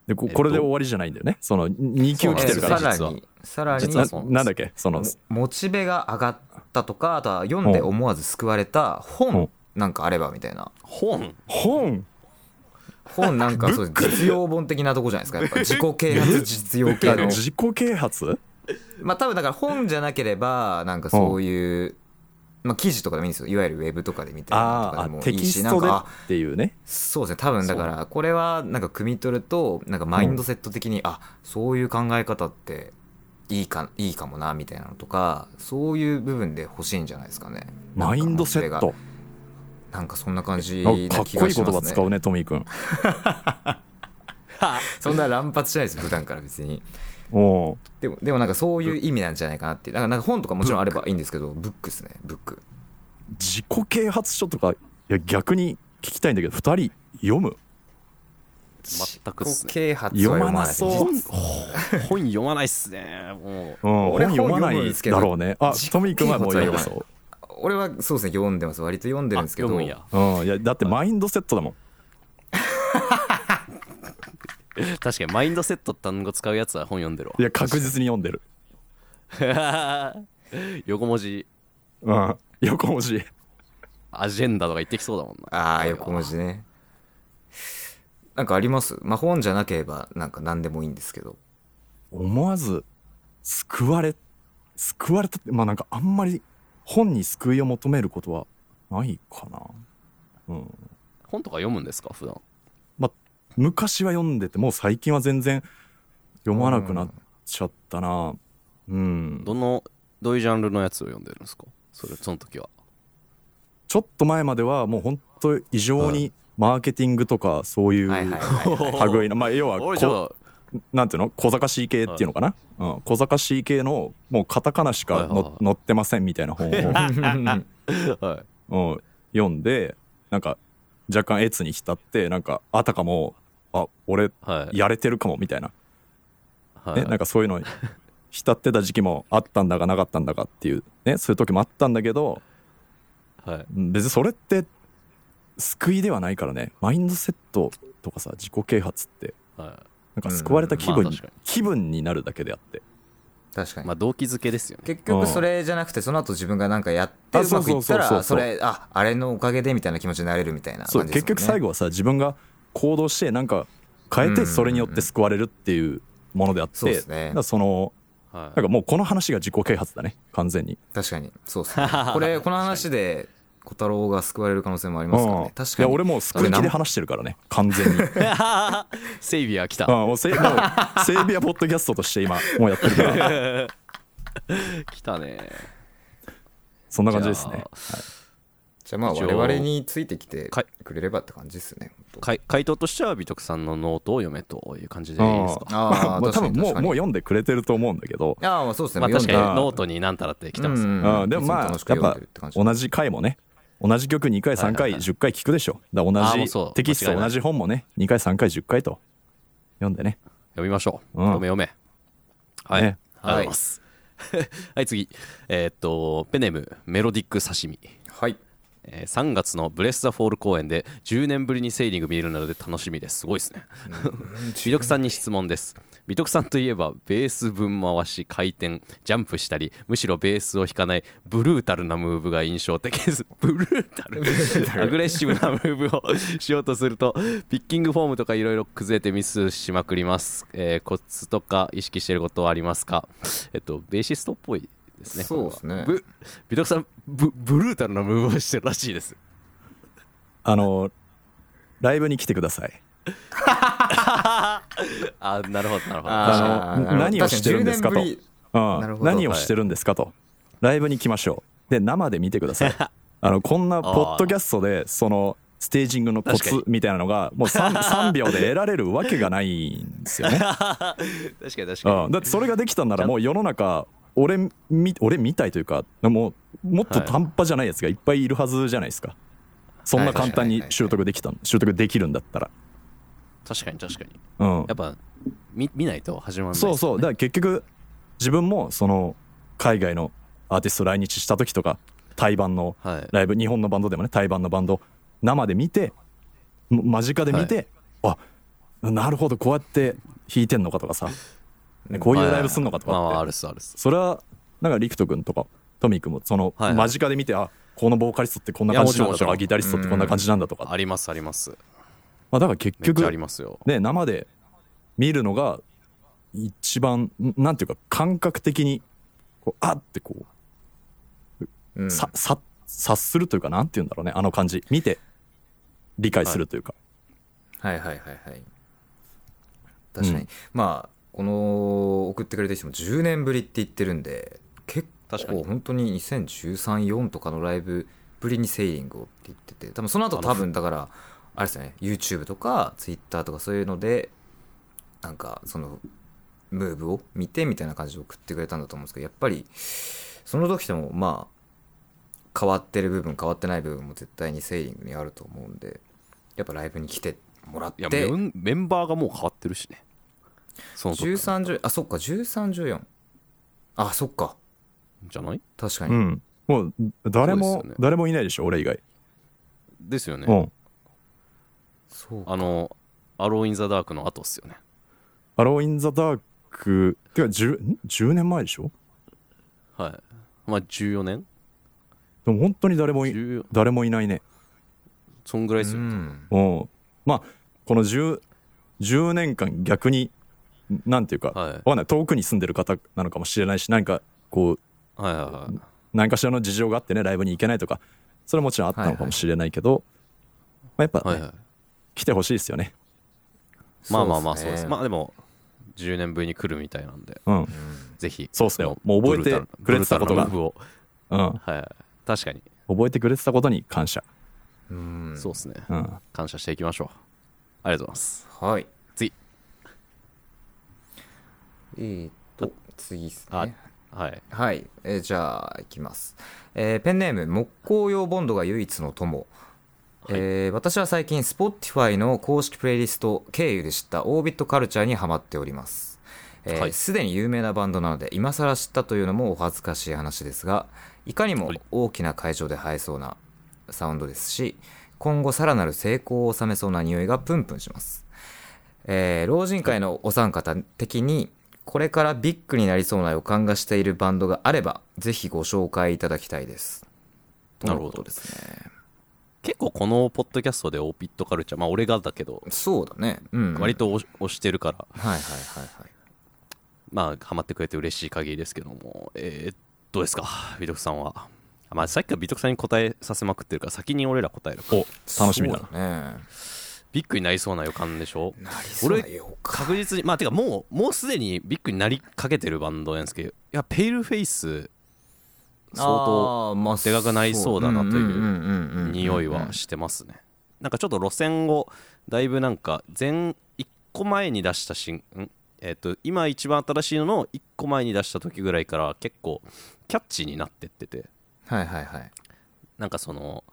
でこ
えっと
これで終わりじゃないんだよねその2級来てる
そ
か
うな
ら
んで
さらに、さらに
実、はそう
ななんだっけその
モチベが上がったとか、あとは読んで思わず救われた本なんかあればみたいな。
本
本
本なん かそう実用本的なとこじゃないですか。やっぱ自己啓発実用 系の。
自己啓発
まあ多分だから本じゃなければ、なんかそういう、まあ記事とかでもいいんですよ。いわゆるウェブとかで見てるのとか
あー
で
あ
もい
テ
い
キ
し、
ス
なん
トで
か、あ
っていうね
そうですね多分だからこれはなんか汲み取るとなんかマインドセット的に、あそういう考え方っていいかいいかもなみたいなのとかそういう部分で欲しいんじゃないですかね
マインドセット
なんかそんな感じな
あかっ
気
こ
が
いい
し
言
ま
葉
す
使
ね
うねトミーくん
そんな乱発しないですよ普段から別に
おう
でもでもなんかそういう意味なんじゃないかなってだからなんか本とかもちろんあればいいんですけどブックですねブック
自己啓発書とかいや逆に聞きたいんだけど2人読む
全くっす
自己
ね
啓発は読まない
読ま
本本読まないっすね。もう。
うん
俺
本読ま
本
な
読むん
い
ですけど
だろうねあ
自己
トミーくんはもう読む
啓発は
そ
俺はそうですね読んでます割と読んでるん
あ
ですけど
読むんや。
う、うん、いやだってマインドセットだもん
確かにマインドセットって単語使うやつは本読んでる
いや確実に読んでる、
わ。横文字、
うん、横文字
アジェンダとか言ってきそうだもんな。
ああ、横文字ね。なんかありますまあ、本じゃなければ、なんか何でもいいんですけど。
思わず救われ救われたってまあなんかあんまり本に救いを求めることはないかなうん
本とか読むんですか、普段。
まあ昔は読んでてもう最近は全然読まなくなっちゃったなうん
どの、どういうジャンルのやつを読んでるんですかそれ、その時は。
ちょっと前まではもう本当異常にマーケティングとかそういう
はいはいはい。
類のまあ要は
俺、
こ
じゃあ、
なんていうの小賢しい系っていうのかな、うん、小賢しい系のもうカタカナし
はい
か
はいはい
の載ってませんみたいな本
はい
を、うん、読んでなんか若干越に浸ってなんかあたかもあ俺
はい
やれてるかもみたいな、
はい
ね、なんかそういうのに浸ってた時期もあったんだかなかったんだかっていう、ね、そういう時もあったんだけど
はい
別にそれって救いではないからねマインドセットとかさ自己啓発って
は
なんか救われた気分、
うんまあ確かに
気分になるだけであって
確か
い
に
まあ動機づけですよね
結局それじゃなくてその後自分がなんかやって
あ
うまくいった
そうそうそうそ
ら
う
それああれのおかげでみたいな気持ちになれるみたいな
そう
感じですも
結
んね
局最後はさ自分が行動してなんか変え
う
て
ん
それによって救われるっていうものであって、
そうっすね
だからその
は
なん
い
かもうこの話が自己啓発だね完全に
確かにそうっすねこれこの話で小太郎が救われる可能性もあり
う
ますから
ん
ね確
い
か
や
に
俺もう救い気で話してるからね完全にうん
セイビア来た
もうせもうセービアポッドキャストとして今もうやってるから
来たね
そんな感じですね
じゃあまあ
一
我
応
々についてきて
かい
くれればって感じですね
かい回答としては美徳さんのノートを読めという感じでいいですか
ああ
まあ
確
多
か
分
に
も
確
う
か
もう
に
読んでくれてると思うんだけど
ああまあそうですね
まあ確かに
読んだ
ノートに何たらって来てますね
うん
うん、でもまあ
いつも楽
やっ
しく読ん
ぱ
でるって感じ
同じ回もね同じ曲2回3
はい
回
はい
10回聞くでしょだから
あーも
同
うそう
じテキス
間違い
ト
ない
同じ本もね2回3回10回と読んでね
読みましょう、
うん
読め読めはい、あ
ね
りがとうございます はい次えーっとペンネームメロディック刺身
はい
えー3月のブレス・ザ・フォール公演で10年ぶりにセーリング見れるので楽しみですすごいですね美徳さんに質問です美徳さんといえばベース分回し回転ジャンプしたりむしろベースを弾かないブルータルなムーブが印象的です ブルータルアグレッシブなムーブをしようとするとピッキングフォームとかいろいろ崩れてミスしまくります、えーコツとか意識してることはありますかえっとベーシストっぽいですね
そうですね
ぶ美徳さんブブルータルなムーブをしてるらしいです
あのライブに来てください
あなるほどなるほど
あー
あの
なるほど
何をしてるんですかと
確かに10年ぶり
うん
なるほど
何をしてるんですかとライブに来ましょうで生で見てください あのこんなポッドキャストでそのステージングのコ
確かに
ツみたいなのがもう 3, 3秒で得られるわけがないんです よね
確かに確か
うん、だってそれができたんならもう世の中俺み俺みたいというかもうもっと短波じゃないやつがいっぱいいるはずじゃないですか、そんな簡単に習得できた習得できるんだったら、
に確かに確かに
うん
やっ、ぱ見見ないと始まらない
そうそうだから結局自分もその海外のアーティスト来日した時とか対バンの
はい
ライブ、日本のバンドでもね対バンのバンド生で見ても間近で見て、あなるほどこうやって弾いてんのかとかさ、ね、こういうライブすんのかとかって、
まあまああるっすあるっす
それはなんかリクト君とかトミー君もその
はいはい
間近で見て、あこのボーカリストってこんな感じな
いや
ん
も
だ
ち
と
ろんもちろ
か
ん
ギタリストってこんな感じなんだとか、
ありますあります
まあ、だから結
めっち
局
ゃありますよ
ね、生で見るのが一番んなんていうか感覚的にこうあってこ
う
うんささ察するというかなんて言うんだろうねあの感じ見て理解するというか、
はいはいはいはい確かに、まあこの送ってくれた人も10年ぶりって言ってるんで結
確かに
構本当に20134とかのライブぶりにセーリングをって言ってて多分その後多分だからあれですよね YouTube とか Twitter とかそういうのでなんかそのムーブを見てみたいな感じで送ってくれたんだと思うんですけどやっぱりその時でもまあ変わってる部分変わってない部分も絶対にセーリングにあると思うんでやっぱライブに来てもらっ
いやメ
て
ンメンバーがもう変わってるしねその時じ
1314あそっか1314あそっか
ゃない
確か
う
に、
んもう誰
そう
も、
ですよね
誰もいないでしょ俺以外、
ですよね、
うん
そうか
あのアロー・イン・ザ・ダークの後っすよね
アロー・イン・ザ・ダークてか 10, ん10年前でしょ
はいまあ14年
でも本当に誰もい
14
誰もいないね
そんぐらいっす
う
よ、
ん
うんまあこの 10, 10年間逆になんていうか、
はい
わかんない遠くに住んでる方なのかもしれないし何かこう
はいはいはい
何かしらの事情があってねライブに行けないとかそれはもちろんあったのかもしれないけど、まあ、やっぱ、ね
はいはい
来てほしいですよね
まあまあまあそうです
ね
まあでも10年ぶりに来るみたいなんで
うん
ぜひ
そうっすねもう覚えてくれてたことが
ブルー
うん
タルなムーブをはい確かに
覚えてくれてたことに感謝
うん
そうですね
うん
感謝していきましょうありがとうございます
はい
次
えーと、次です
あ
ね。
はい
はい、えーじゃあいきます、えーペンネーム木工用ボンドが唯一の友、
はい
えー私は最近 Spotify の公式プレイリスト経由で知ったオービットカルチャーにハマっておりますすで、えー
はい
既に有名なバンドなので今更知ったというのもお恥ずかしい話ですがいかにも
はい
大きな会場で映えそうなサウンドですし今後さらなる成功を収めそうな匂いがプンプンしますえー老人会のお三方的にこれからビッグになりそうな予感がしているバンドがあればぜひご紹介いただきたいです
なるほど
とのことですね
結構このポッドキャストでオーピットカルチャーまあ俺がだけど
そうだねうん
割と推し推してるから
はいはいはいはい
まあハマってくれて嬉しい限りですけどもえー、どうですか美徳さんはまあさっきから美徳さんに答えさせまくってるから先に俺ら答えるか
お楽しみだな
そうだね
ビッグになりそうな予感でしょ
なりそうな予感
確実にまあてかもうもうすでにビッグになりかけてるバンドなんですけどいやペイルフェイス相当
あーまあ
でかくなりそうだなというん
んんうんうん
匂いはしてますねなんかちょっと路線をだいぶなんか前1個前に出した新んえっ、と今一番新しいのの1個前に出した時ぐらいから結構キャッチーになってってて
はいはいはい
なんかその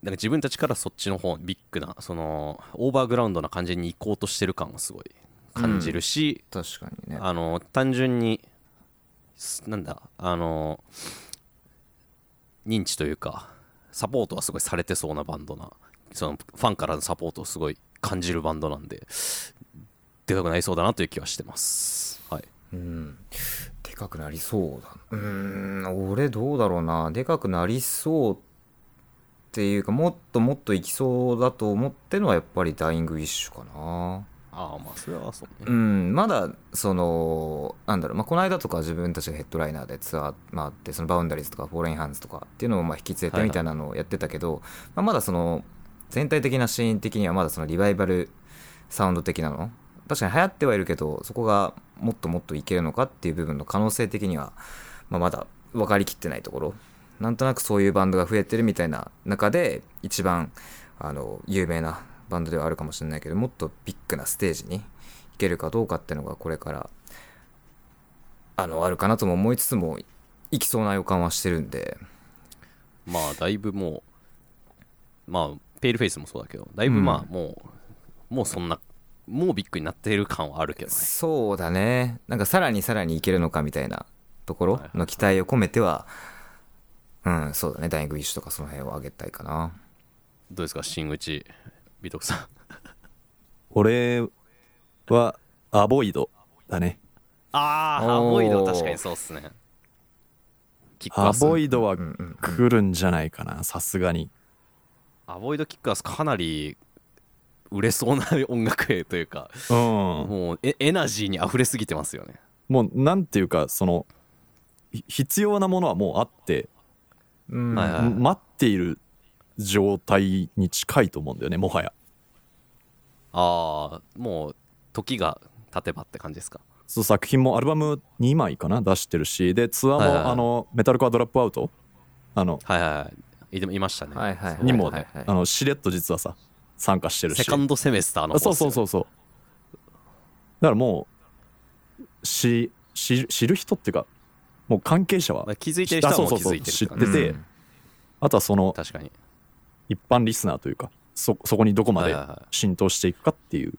なんか自分たちからそっちの方ビッグなそのオーバーグラウンドな感じに行こうとしてる感をすごい感じるし、
確かにね
あの単純にすなんだあの認知というかサポートはすごいされてそうなバンドなそのファンからのサポートをすごい感じるバンドなんででかくなりそうだなという気はしてますはい
うんでかくなりそうだうーん俺どうだろうなでかくなりそうっていうかもっともっといきそうだと思ってのはやっぱりダイイングウィッシュかな
ああまあそれはそう
う
ね
んまだそのなんだろう、まあ、この間とか自分たちがヘッドライナーでツアー回ってそのバウンダリーズとかフォーレインハンズとかっていうのをまあ引き連れ
は
て
いはい
みたいなのをやってたけど、まあ、まだその全体的なシーン的にはまだそのリバイバルサウンド的なの確かに流行ってはいるけどそこがもっともっといけるのかっていう部分の可能性的には、まあ、まだ分かりきってないところなんとなくそういうバンドが増えてるみたいな中で一番あの有名なバンドではあるかもしれないけどもっとビッグなステージに行けるかどうかっていうのがこれからあのあるかなとも思いつつも行きそうな予感はしてるんで
まあだいぶもうまあペイルフェイスもそうだけどだいぶまあもう、もうそんなもうビッグになっている感はあるけどね
そうだねなんかさらにさらに行けるのかみたいなところ
はいはい
の期待を込めてはうんそうだねダイイングウィッシュとかその辺を上げたいかな
どうですか新内美徳さん
俺はアボイドだね
ああア
おー
ボイド確かにそうっすねキック
ア
アス
ボイドは
うんうん
来るんじゃないかなさすがに
アボイドキックアスかなり売れそうな音楽へというか、
うん
もうエエナジーに溢れすぎてますよね。
もうなんていうかそのひ必要なものはもうあって
うん
はいはい
待っている状態に近いと思うんだよねもはや
ああ、もう時が経てばって感じですか。
そう作品もアルバム2枚かな出してるしでツアーも、
はいはいはい
あのメタルコアドラップアウトあの,、
はいはいはい。いでもいましたね。
はいはいはい
にも、
はいはい
あのしれっと実はさ参加してるし
セカンドセメスターの方。
あそうそうそううそうだからもうし知る知る人っていうかもう関係者は
まあ気づいてる人はもう気づいてるって感じ
出てあとはその
確かに。
一般リスナーというかそそこにどこま
はい
で
はいはい
浸透していくかっていう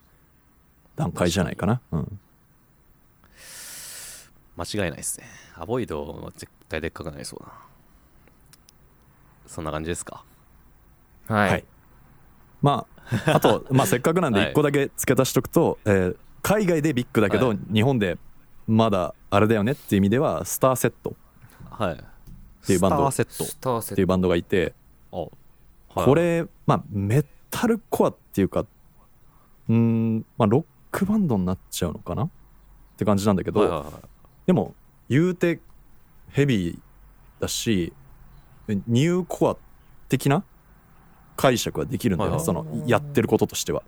段階じゃないかな、うん、
間違いないですね。アボイドは絶対でっかくなりそうな。そんな感じですか。
うんはい、
はいま ああと、まあ、せっかくなんで
はい
1個だけ付け足しとくと、えー海外でビッグだけど、
は
日本でまだあれだよねっていう意味ではスターセットっ
はい。って
いうバンド
スターセッ
スターセ
てい
ッ
うバンドがいて
ト。あ、はい、
これ、まあ、メタルコアっていうかうーん、まあ、ロックバンドになっちゃうのかなって感じなんだけど、
はいはいはい
でも言うてヘビーだしニューコア的な解釈はできるんだよね、
はいはい
そのやってることとしては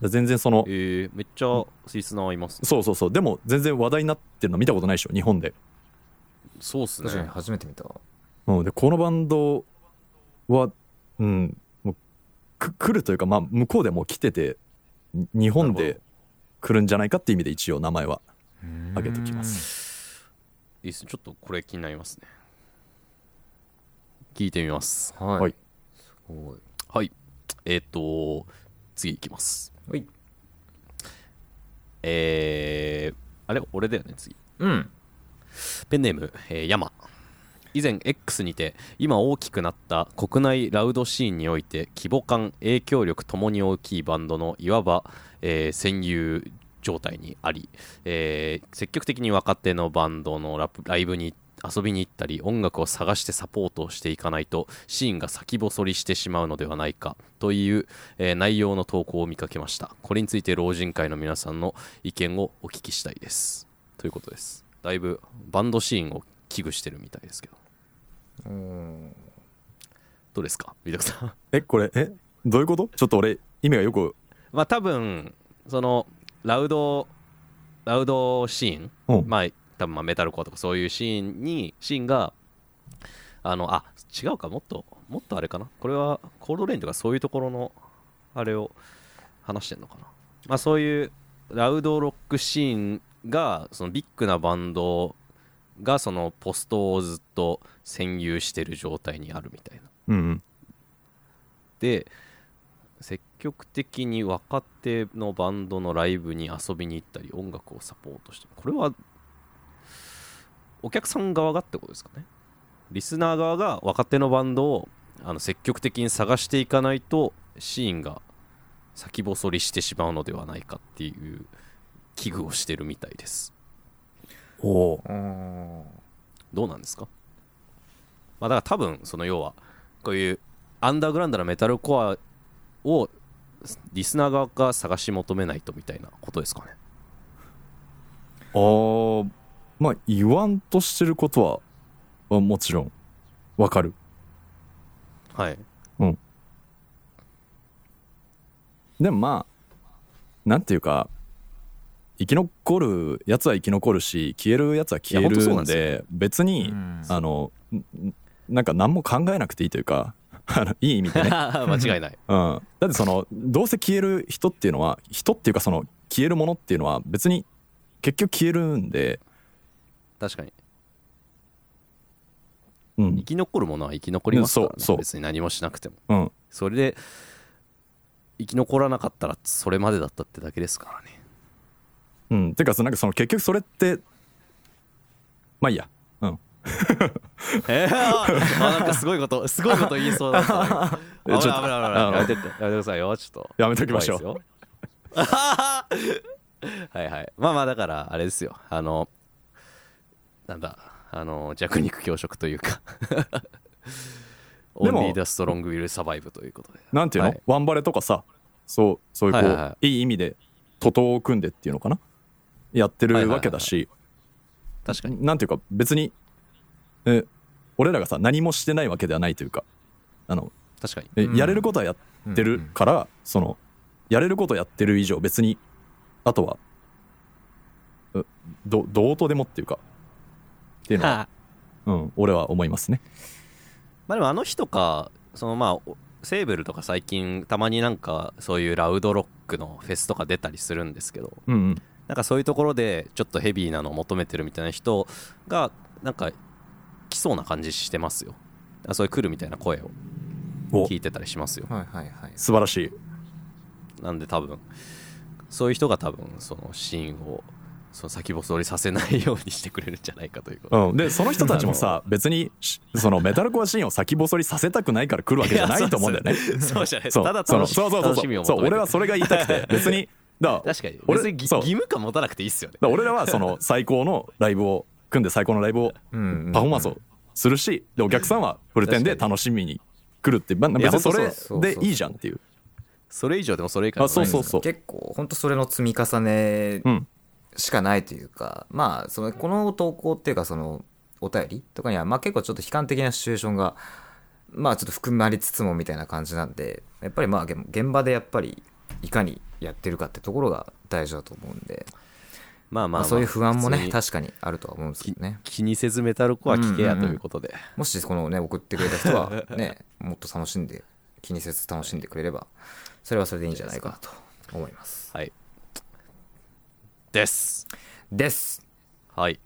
全然その
えー、めっちゃリスナーいますね。
そうそうそうでも全然話題になってるの見たことないでしょ日本で,、
そうっす
ト確かに
ね。
初めて見た
うん、でこのバンドはうんもうく来るというかまあ向こうでもう来ててに日本
なる
で来るんじゃないかっていう意味で一応名前は
上
挙げてきます
いいですねちょっとこれ気になりますね聞いてみます
はい、
はい
すごい
はいえっ、と次いきます
ほい
えー、あれ俺だよね次
うん
ペンネーム、えー、ヤマ以前 X にて今大きくなった国内ラウドシーンにおいて規模感影響力ともに大きいバンドのいわば、えー占有状態にあり、えー積極的に若手のバンドのラップライブに遊びに行ったり音楽を探してサポートをしていかないとシーンが先細りしてしまうのではないかという、えー内容の投稿を見かけましたこれについて老人会の皆さんの意見をお聞きしたいですということですだいぶバンドシーンを危惧してるみたいですけど
うん
どうですか三宅さん
えこれえどういうことちょっと俺意味がよく
まあ多分そのラウドラウドシーン、
うん
まあ多分まあメタルコアとかそういうシーンにシーンがあのあ違うかもっともっとあれかなこれはコールドレインとかそういうところのあれを話してんのかなまあそういうラウドロックシーンがそのビッグなバンドがそのポストをずっと占有してる状態にあるみたいな
うんうん
で積極的に若手のバンドのライブに遊びに行ったり音楽をサポートしてこれはお客さん側がってことですかねリスナー側が若手のバンドをあの積極的に探していかないとシーンが先細りしてしまうのではないかっていう危惧をしてるみたいです
おおー
あー
どうなんですかまあだから多分その要はこういうアンダーグラウンドなメタルコアをリスナー側が探し求めないとみたいなことですかね
あーまあ言わんとしてることはまあもちろんわかる
はい
でもまあなんていうか生き残るやつは生き残るし消えるやつは消えるん
い
で
や本当そうなんで
別に、
うん
あのんんなんか何も考えなくていいというか あのいい意味で ね、
間違いない
うん、だってそのどうせ消える人っていうのは人っていうかその消えるものっていうのは別に結局消えるんで、
確かに
う
生
ん
き残るものは生き残りますから、ね
うんそうそう
別に何もしなくても
うん、
それで生き残らなかったらそれまでだったってだけですからね
うん、てかそなんかその結局それってまあいいや、うん、
えー、 あなんかすごいことすごいこと言いそうだった
えちょ
危ない危ない
っと
危ないやめてってやめてくださいよちょっと
やめときましょう
怖いですよ はいはいまあまあだからあれですよあのなんだあの弱肉強食というかオ
で
ン
も
リーダストロングウィルサバイブということで
なんていうの、
はい
ワンバレとかさそうそういうこう、
はい
い
はい
い
はい
意味で徒党を組んでっていうのかなやって
はい
る
はいはい
わけだし、
確かに
なんていうか別にえ俺らがさ何もしてないわけではないというかあの
確かに
え
うん
やれることはやってるから、そのやれることやってる以上別にあとはうどどうとでもっていうかっていうのは、
はあ
うん、俺は思いますね。
まあでもあの日とかそのまあおセーベルとか最近たまになんかそういうラウドロックのフェスとか出たりするんですけど
うんうん
なんかそういうところでちょっとヘビーなのを求めてるみたいな人がなんか来そうな感じしてますよだからそういう来るみたいな声を
お
聞いてたりしますよ
はいはいはい
素晴らしい
なんで多分そういう人が多分そのシーンをその先細りさせないようにしてくれるんじゃないかということ
うん、でその人たちもさ別にしそのメタルコアシーンを先細りさせたくないから来るわけじゃないと思うんだよね。
そうじゃない
そう
ただ
そ
楽
の
し
そうそうそう
楽しみ
そ
を
うそ
求
う
めて
俺はそれが言いたくて 別にだら
確かに
俺
別にぎ義
そう
務感持たなくていいっすよね
だから俺らは その最高のライブを組んで最高のライブを
うんうんうん
パフォーマンスをするしでお客さんはフルテンで楽しみに来るって、まあ、
いや
別にそ
本当そう
れでいいじゃんっていう
それ以上でもそれ以下でも
あそうそうそう
結構本当それの積み重ね
うん
しかないというか、まあそのこの投稿っていうかそのお便りとかには、まあ、結構ちょっと悲観的なシチュエーションがまあちょっと含まれつつもみたいな感じなんでやっぱりまあげん現場でやっぱりいかにやってるかってところが大事だと思うんで、
まあ
ま
ま
あ
あ
そういう不安も
普通
ね
に
確かにあるとは思うんですけ
き
どね
気にせずメタルコア聞けやということで、
もしこのね送ってくれ た人はねもっと楽しんで気にせず楽しんでくれればそれはそれでいいんじゃないかなと思います
はいです
です
はい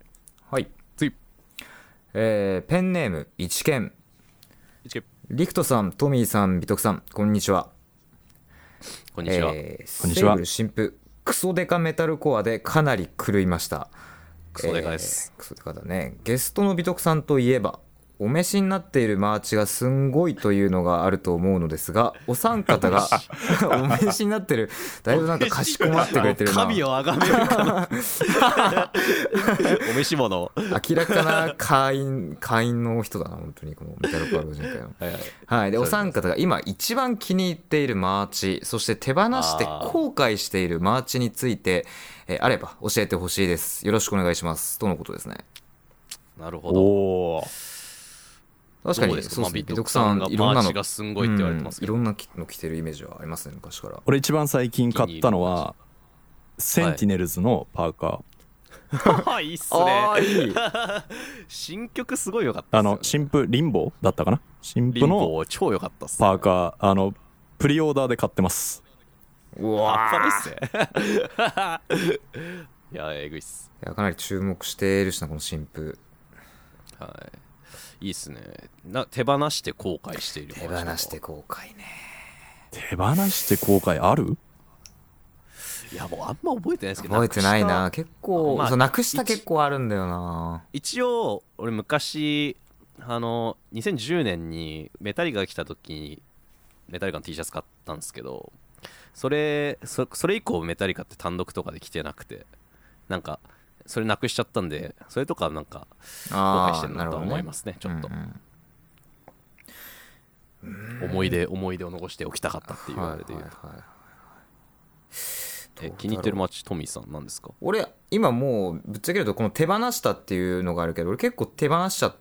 はい
次
えーペンネーム一見
一木
リクトさんトミーさん美徳さんこんにちは
こんにちは、
えー
こんにち
セー
は
ブル新婦クソデカメタルコアでかなり狂いました
クソデカです、
えークソデカだねゲストの美徳さんといえばお召しになっているマーチがすんごいというのがあると思うのですがお三方が お召しになってるだいぶなんかかしこまってくれてるな
神をあがめる かお召し物を
明らかな会員会員の人だな本当にこのメタルコア老人会の
はいはい
はい、で
そ
お
うです
三方が今一番気に入っているマーチそして手放して後悔しているマーチについてあ,、えーあれば教えてほしいですよろしくお願いしますとのことですね
なるほど
おお
確か
どう
に
です
そう
まあ
ですね
美
美
徳
徳
さ
さ
ん
ん
が
いろんな
マー
の
チがすんごいって言われてますけど
うんいろんなの着てるイメージはありますね昔から
俺一番最近買ったのはセンティネルズのパーカー、
あいいっすね
あーいい
新曲すごい良かった
あ
っすよ
の新婦リンボーだったかな新
リ
婦
ン
の
ボー超良かったっす
パーカーあのプリオーダーで買ってます
う
あ
わ
っぱ
ー
れっすね いやえぐいっす
いやかなり注目しているしなこの新婦
はいいいっすねな手放して後悔している
手放して後悔ね
手放して後悔ある
いやもうあんま覚えてないですけど
覚えてないな
くした
結構、
まあ
そうなくした
一
結構あるんだよな
一応俺昔あの2010年にメタリカが来た時にメタリカの T シャツ買ったんですけどそれそそれ以降メタリカって単独とかで着てなくてなんかそれなくしちゃったんでそれとかなんか後
あ
悔
ー
してるなとは思いますねちょっと
うんうん
思い出思い出を残しておきたかったっていう
はい
あれで言うと
はいはい
え気に入ってる街トミーさんなんですか
俺今もうぶっちゃけるとこの手放したっていうのがあるけど俺結構手放しちゃっ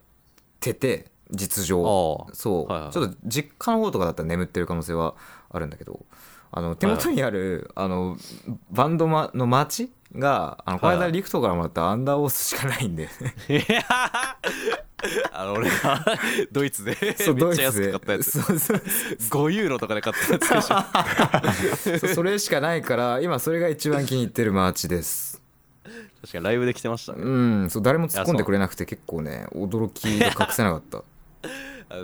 てて実情
ああ
そう、
はいはい
ちょっと実家の方とかだったら眠ってる可能性はあるんだけどあの手元にある、あのバンドマのマーチがあのこの
はいは
間
い
リクトからもらったアンダーオースしかない んで
あの俺がドイツでめ
ド
っ
イ
ちゃ安
ツ
く
で
買ったやつ
そうそう
5ユーロとかで買ったやつ でしょ
そうそれしかないから今それが一番気に入ってるマーチです
確かにライブで来てましたね
うんそう誰も突っ込んでくれなくて結構ね驚きで隠せなかった
あ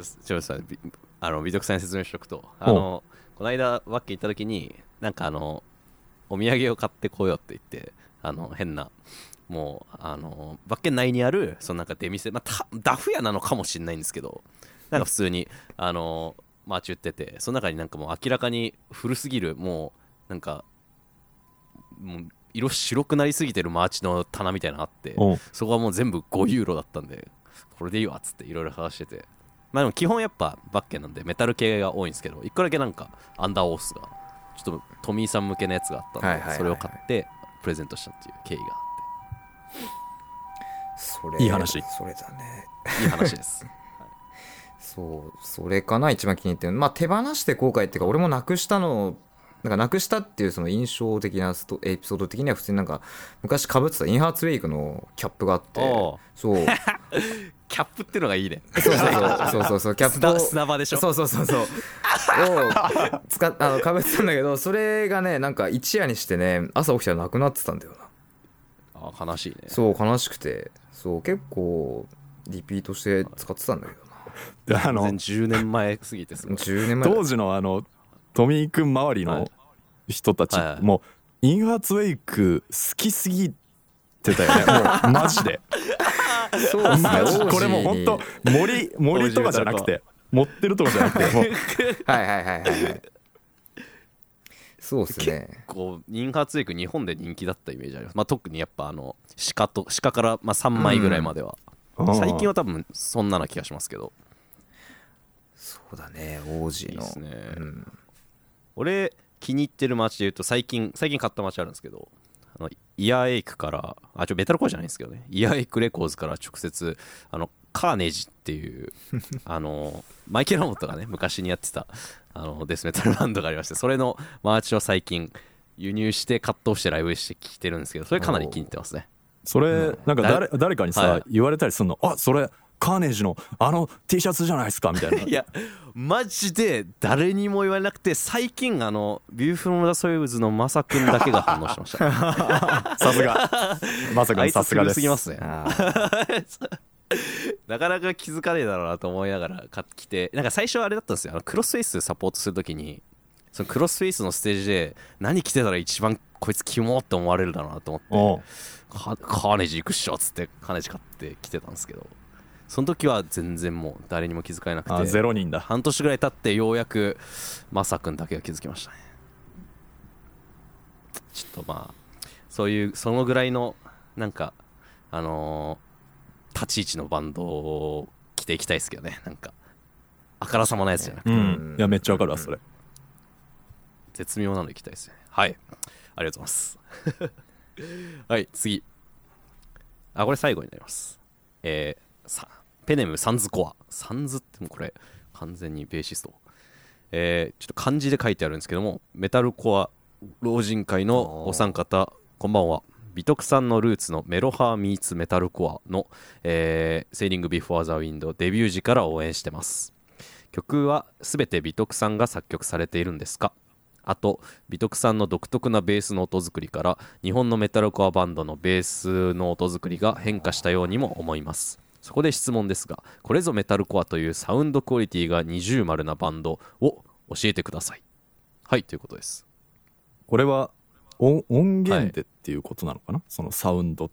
すちょっとさびあの美徳さんに説明しておくとあのこの間ワッキー行った時になんかあのお土産を買ってこようって言ってあの変なもうあのバッケン内にあるそのなんか出店、まあ、たダフ屋なのかもしれないんですけどなんか普通にあのマーチ売っててその中になんかもう明らかに古すぎるもうなんかもう色白くなりすぎてるマーチの棚みたいなのあって
うん
そこはもう全部5ユーロだったんでこれでいいわっつっていろいろ話しててまあでも基本やっぱバッケンなんでメタル系が多いんですけど一個だけなんかアンダーオースがちょっとトミーさん向けのやつがあったんで、
はいはいはいはい
それを買ってプレゼントしたっていう経緯が
それ
いい話
それだね
あっていい話です
そうそれかな一番気に入ってるまあ手放して後悔っていうか俺もなくしたのなんかなくしたっていうその印象的なストエピソード的には普通になんか昔かぶってたインハーツウェイクのキャップがあって
おう
そう
キャップってのがいいね
そうそうそうそうそうそうキャップ
砂
を
砂場でしょ
そうそうそうそうを使っあのかぶってたんだけどそれがねなんか一夜にしてね朝起きたらなくなってたんだよな
ああ悲しいね
そう悲しくてそう結構リピートして使ってたんだけどな
であの
全然10年前過ぎてすごい
10年前だ
当時のあのトミーくん周り
は
の
い
人たち、
はいはい
もうインハーツウェイク好きすぎてた よねもうマジで
そうっすね
マジ
王子に
これもう本当森森とかじゃなくて持ってるとかじゃなくても
は
う
いはいはいはいはい。そうですね。
こうインハーツウェイク日本で人気だったイメージあります、まあ、特にやっぱあの鹿と鹿からまあ3枚ぐらいまでは、
うん
最近は多分そんなな気がしますけど
そうだね、王子
いい
の。
ですね
うん、
俺気に入ってる街で言うと最近最近買った街あるんですけどあのイヤーエイクからあちょメタルコアじゃないんですけどねイヤーエイクレコーズから直接あのカーネジっていう あのマイケル・ロモットがね昔にやってたあのデスメタルバンドがありましてそれのマーチを最近輸入してカットオフしてライブして聴いてるんですけどそれかなり気に入ってますね
それなんか誰
だ
誰かにさ、
はい
言われたりするのあそれカーネージのあの T シャツじゃないですかみたいな
いやマジで誰にも言われなくて最近あの「ビューフロム・ザ・ソイブズ」のマサ君だけが反応しました
さすが まさか
あ
の
い
さ
つ
す
す
が
ぐ
です
すぎますね
あー
なかなか気づかねえだろうなと思いながら買ってきてなんか最初はあれだったんですよあのクロスフェイスサポートするときにそのクロスフェイスのステージで何着てたら一番こいつキモって思われるだろうなと思って
おう
カカーネジ行くっしょっつってカーネジ買ってきてたんですけどその時は全然もう誰にも気づかれなく
あ
て
ゼロ人だ
半年ぐらい経ってようやくマサ君だけが気づきましたねちょっとまあそういうそのぐらいのなんかあのー立ち位置のバンドを着ていきたいですけどねなんかあからさまなやつじゃなくて
うん、
うん
いやめっちゃわかるわそれ、
絶妙なのいきたいですねはいありがとうございます はい次あこれ最後になりますえーさペネムサンズコアサンズってもうこれ完全にベーシストえーちょっと漢字で書いてあるんですけどもメタルコア老人会のお三方こんばんは美徳さんのルーツのメロハーミーツメタルコアの、えーセーリングビフォーザウィンドデビュー時から応援してます曲は全て美徳さんが作曲されているんですかあと美徳さんの独特なベースの音作りから日本のメタルコアバンドのベースの音作りが変化したようにも思いますそこで質問ですがこれぞメタルコアというサウンドクオリティが二重丸なバンドを教えてくださいはいということです
これは音音源でっていうことなのかな、そのサウンドっ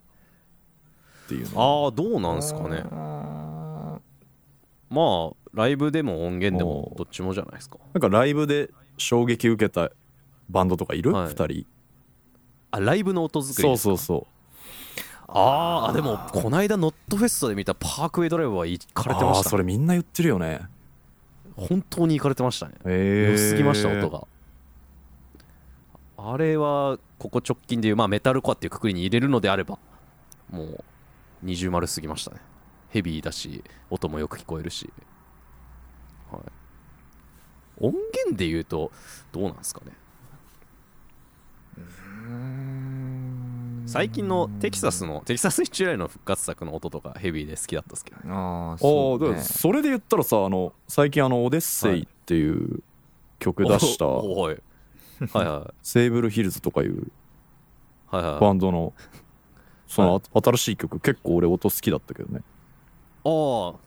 ていうのは
ああどうなんすかねまあライブでも音源でも
おー
どっちもじゃないですか
なんかライブで衝撃受けたバンドとかいる、二
はい
2人
あライブの音作り
そうそうそう
あーあでもこないだノットフェストで見たパークウェイドライブは行かれてま
あ
し
ー
た
そ
ね
れみんな言ってるよね
本当に行かれてましたね
ええ
良すぎました音があれはここ直近でいう、まあ、メタルコアっていうくくりに入れるのであればもう二重丸すぎましたねヘビーだし音もよく聞こえるし、はい、音源で言うとどうなんですかね最近のテキサスのテキサス一来の復活作の音とかヘビーで好きだったんですけどね
あー
あ
そ
ー
う、
だから
ね、
それで言ったらさあの最近あの「オデッセイ」っていう曲出した
おおいはいは
セーブルヒルズとかいう
いはいはい
バンドのそのあ新しい曲結構俺音好きだったけどね
ああちょ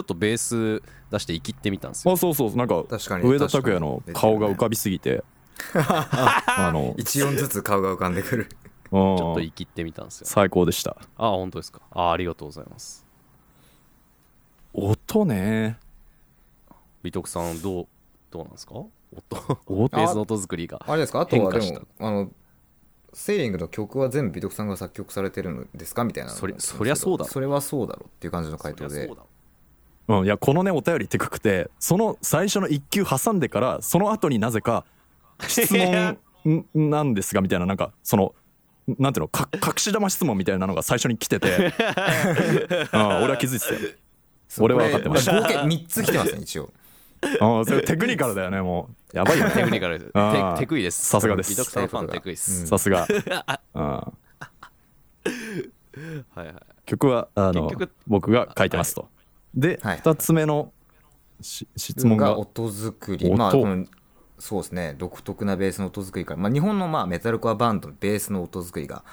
っとベース出して生きってみたんですよ
あそうそうなんか
確かに
上田拓也の顔が浮かびすぎてあ の、
一音ずつ顔が浮かんでくる
うん
ちょっと生きってみたんですよ
最高でした
ああ本当ですかああありがとうございます
音ね
美徳さんどうどうなんですか音
音
ベースの音作りが
あれですかあとは
変
で
化し
もあのセーリングの曲は全部美徳さんが作曲されてるのですかみたいなの
そりそりゃそうだろ
それはそうだろうっていう感じの回答
そりゃそ
で
うだ
うん、いやこのねお便りテクくてその最初の一球挟んでからその後にな ぜか質問んなんですがみたいななんかそのなんていうのか隠し玉質問みたいなのが最初に来てて、 うん、俺は気づいてたよ
そう
俺は分かってました
これ合計3つ来てますね一応
うんそれテクニカルだよねもうやばいよ
テ
ね
クニカルです
ああ
テテクイです
さすがです
美徳さんのファンテクイで
う
す、
さすが、うん、
はいはい
曲はあの
結局
僕が書いてますと、で、
はい
2つ目のし質問が
が音作り
音
まあこのそうですね独特なベースの音作りから、まあ、日本のまあメタルコアバンドのベースの音作りが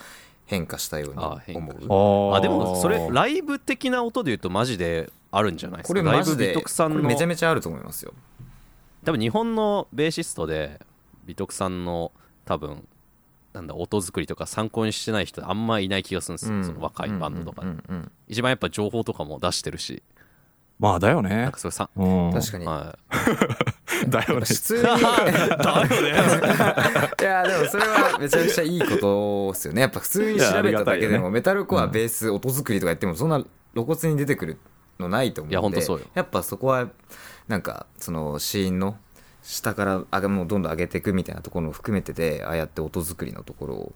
変化したように
あ変化
思う
あー
あでもそれライブ的な音で言うとマジであるんじゃないです
こ
か
れ
ラ
マ
イブ
ジ
美
で
徳さん
これ
の
めちゃめちゃあると思いますよ
多分日本のベーシストで美徳さんの多分なんだ音作りとか参考にしてない人あんまいない気がするんですよ、
うん
その若いバンドとかで、
うんうんうん
一番やっぱ情報とかも出してるし
まあだよ
なん
ね
か、それさ、
うん、
確かに
は
だよ
普
ね
通に いやでもそれはめちゃくちゃいいことですよねやっぱ普通に調べただけ
いやありがたい
で
よ
もメタルコアベース音作りとかやってもそんな露骨に出てくるのないと思うんで
いやほんとそうよ
やっぱそこはなんかそのシーンの下からあもうどんどん上げていくみたいなところも含めてでああやって音作りのところを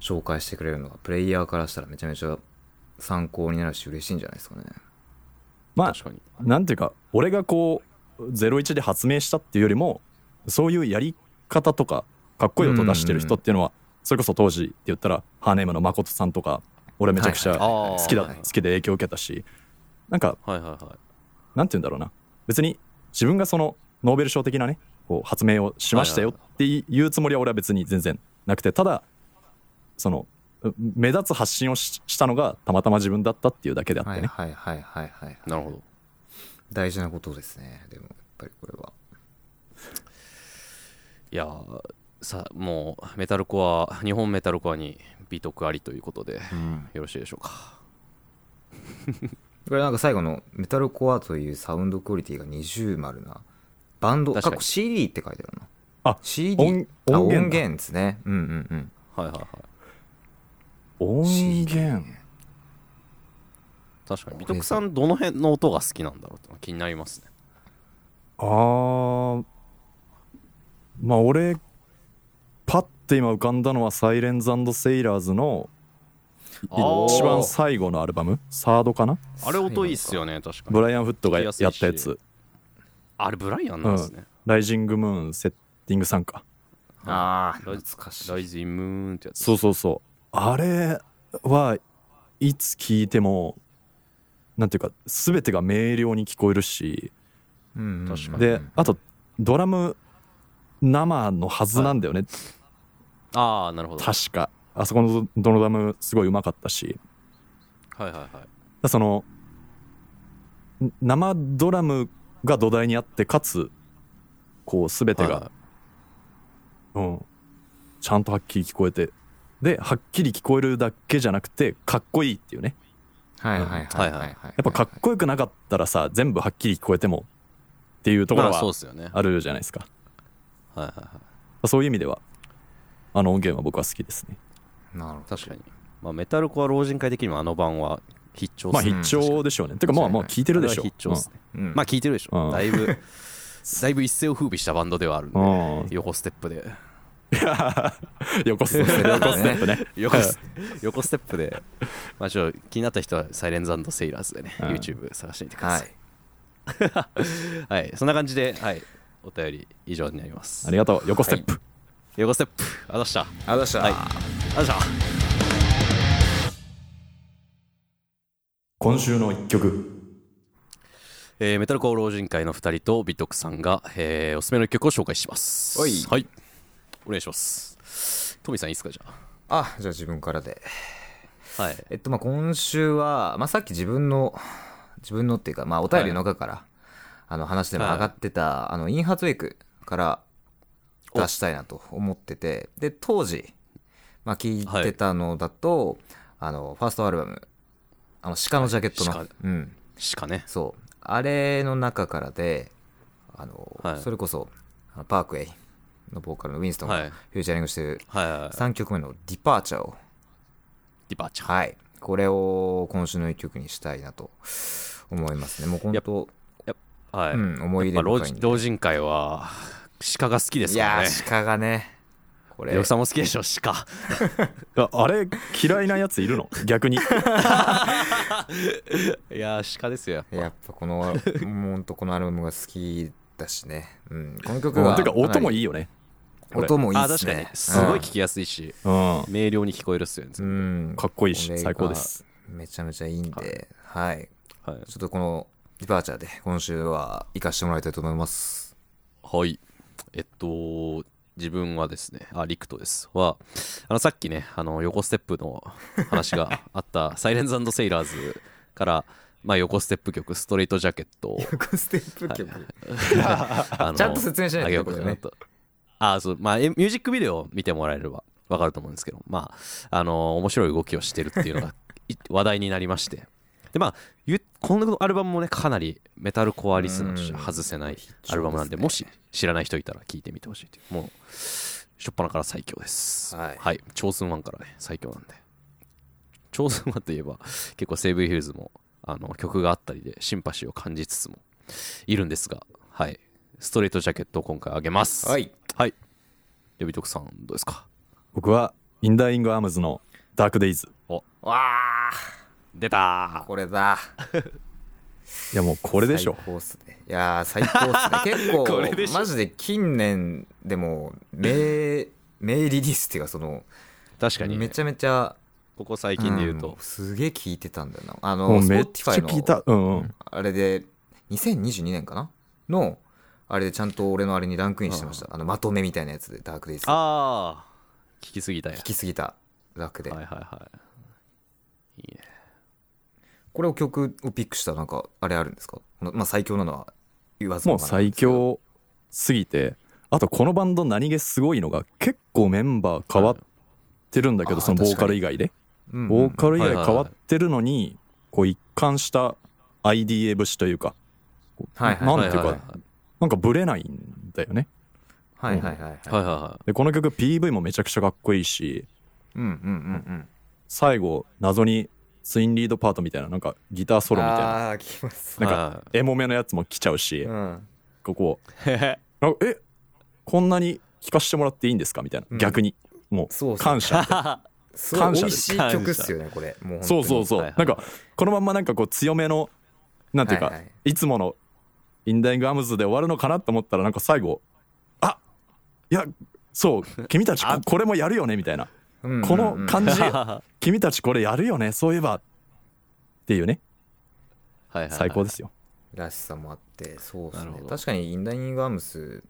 紹介してくれるのがプレイヤーからしたらめちゃめちゃ参考になるし嬉しいんじゃないですかね
い
まあ
確かに
なんていうか俺がこう01で発明したっていうよりもそういうやり方とかかっこいい音出してる人っていうのはそれこそ当時って言ったらハーネームの誠さんとか俺めちゃくちゃ
はいはいはい
好きだ
あー
好きで影響を受けたしなんか
はいはいはい
なんて言うんだろうな別に自分がそのノーベル賞的なねこう発明をしましたよ
はい
っ
は
てい言うつもりは俺は別に全然なくてただそのう目立つ発信をししたのがたまたま自分だったっていうだけであって
はい
ね、
はいはいはいはい
なるほど
大事なことですねでもやっぱりこれはい
やーさもうメタルコア日本メタルコアに美徳ありということで
うん
よろしいでしょうか
これなんか最後のメタルコアというサウンドクオリティが二重丸なバンド
確か
過
に
去 CD って書いてあるな
あ
CD
音
あ
音源だ
音源ですねうんうんうん
はいはいはい
音源
確かに美徳さんどの辺の音が好きなんだろうってのが気になりますね
あーまあ俺パッて今浮かんだのは「サイレンズセイラーズ」の
あー
一番最後のアルバムサードかな
あれ音いいっすよね確か
ブ
に
ライアン・フットがや
聞き
や
や
っ
すいした
やつ
あれブライアンなんですね、
「ライジング・ムーン」セッティング3か
ああ
ライ
懐かし
ラ
い
イズ・イン・ムーンってやつ
そうそうそうあれはいつ聞いてもなんていうか全てが明瞭に聞こえるし
うん
確かに
であとドラム生のはずなんだよね
ああなるほど
確かあそこのドドラムすごいうまかったし
はいはいはい
だそのん生ドラムが土台にあってかつこう全て
はい
が
は、
うん、ちゃんとはっきり聞こえてではっきり聞こえるだけじゃなくてかっこいいっていうね
はいはいはいはいはい
や
や
やっぱかっこよくなかったらさ全部はっきり聞こえてもっていうところ
まあそう
は
ですよねはい
あるじゃないですか
はいはい
そういう意味ではあの音源は僕は好きですね
なるほど
確かに、まあ、メタルコア老人会的にもあの版は必聴
まあ
すね
必聴でしょうねてかまあまあ聞いてるでしょ
あれは必聴ですね、
うん
まあ聞いてるでしょ、
うん
だいぶだいぶ一世を風靡したバンドではあるんで、
うん
横ステップで
うん横ステップ横ステップね
横ス横ステップで、まあ、ちょっと気になった人はサイレンズセイラーズでね、
うん
YouTube 探してみてくだ
は
さい
い
はい、そんな感じで、はい、お便り以上になります
ありがとう横ステップ
横ステップあざした
あどうした、
はいあざした
今週の一曲
えーメタルコア老人会の2人と美徳さんが、えーおすすめの一曲を紹介します
おい
はいお願いしますトミーさんいいですかじゃ
あじゃあ自分からで
あはい
えっとまあ今週は、まあ、さっき自分の自分のっていうか、まあ、お便りの中から、あの話でも上がってた、あのインハートウェイクから
お
出したいなと思っててで当時、まあ、聞いてたのだと、あのファーストアルバム「あの鹿のジャケットの」
はい鹿
うん、
しかね
そうあれの中からであの、
はい
それこそあのパークウェイのボーカルのウィンストン
は
が
い
フューチャリングしてる
はいはいはい
3曲目の「ディパーチャー」を
ディバーチャー
はい。これを今週の一曲にしたいなと思いますね。もう本当、
はい、
うん、思い入
まあ、
れ
老
深い
人
んで。
老人会は鹿が好きで
い
すから
や
ね
ー、鹿がね、こ
よ
れ
く、さんも好きでしょ鹿
ああれ嫌いなやつい るの逆に
いやー鹿ですよ
やっぱこの、もう本当このアルバムが好きだしね。うん、この曲
うん
は。
てか音も
い。
いいよねこれ
音もいい
あ
っ
確
す
かに
ね。
すごい聞きやすいし、
うん
明瞭に聞こえるっすよね、
うん。うん
かっこいい
こ
し
れが
最高です
めちゃめちゃいいんで、はい。
はい
ちょっとこの、ディパーチャーで今週は行かしてもらいたいと思います。
はい。えっと、自分はですね、あ、リクトです。は、あの、さっきね、あの、横ステップの話があった、 サイレンズセイラーズから、まあ、横ステップ曲、ストレートジャケットを、
ステップ曲。
あの
ちゃんと説明しないと
あげようか
これね
なと。あ、そう、まあ、えミュージックビデオを見てもらえればわかると思うんですけど、まあ、あの、面白い動きをしてるっていうのが い話題になりまして。で、まあ、ゆこのアルバムもね、かなりメタルコアリスナーとしては外せないアルバムなんで、もし知らない人いたら聞いてみてほしいという。もう、しょっぱなから最強です。
はい
はい。超寸ンからね、最強なんで。超寸ンといえば、結構セーブ・ヒューズも、あの、曲があったりで、シンパシーを感じつつも、いるんですが、はい。ストレートジャケットを今回あげます。
はい。
はい。デビトクさん、どうですか
僕はインダイングアームズのダークデイズ
わ
出た
ー、これだ。
いやもうこれでしょ
最高っすねいやー最高っ すね結構
これでしょ
マジで近年でも名名リリースっていうかその
確かに、
め
ね、
ちゃめちゃ
ここ最近で言うと、
んすげえ聞いてたんだよなあ
も
の
う
スポ
めっ
ー
ち
ティ
ゃ
ファイの
聞いた。うん、う
うん
ん。
あれで2022年かなのあれでちゃんと俺のあれにランクインしてましたあのまとめみたいなやつでダークデイズ
ああ聞きすぎたや
聞きすぎた楽で、
はいはいはいいいね
これを曲をピックしたなんかあれあるんですかこのまあ最強なのは言わず
もう
がななん
最
ですけど
強すぎて、あとこのバンド何気すごいのが、結構メンバー変わってるんだけど、
はい
そのボーカル以外で。
うんうん
ボーカル以
はいはいは
外
い
変わってるのに、こう一貫した IDA 節というか、こう
はいはい
なんていう
はい
か、なんかブレないんだよね。
はいはいはいはい、
はいはいはいは
で、この曲 PV もめちゃくちゃかっこいいし、
うんうんうん
最後、謎にツインリードパートみたいな、なんかギター
う
ソ
ん
ロみたいな、
ああー聞きます
い
なんかエモめのやつも来ちゃうし
う、ん
ここ、
はい
なんかえこんなに聴かせてもらっていいんですかみたいな、
うん
逆にも
そうそう
う感謝みたいな
すごい
感
美
謝で
味
す
しい曲っすよねこれもう本当に
そうそうそう、
はいはい
なんかこのまんまなんかこう強めのなんていうか、
はいいはい
つもの「インダイングアームズ」で終わるのかなと思ったらなんか最後「あいやそう 君たちここれもやるよね」みたいな
うんうんうん
こ の感じ
は
「君たちこれやるよねそういえば」っていうね
いはい
最高ですよ、
らしさもあってそうです
なる
ね
ほど
確かにインダイニングアームス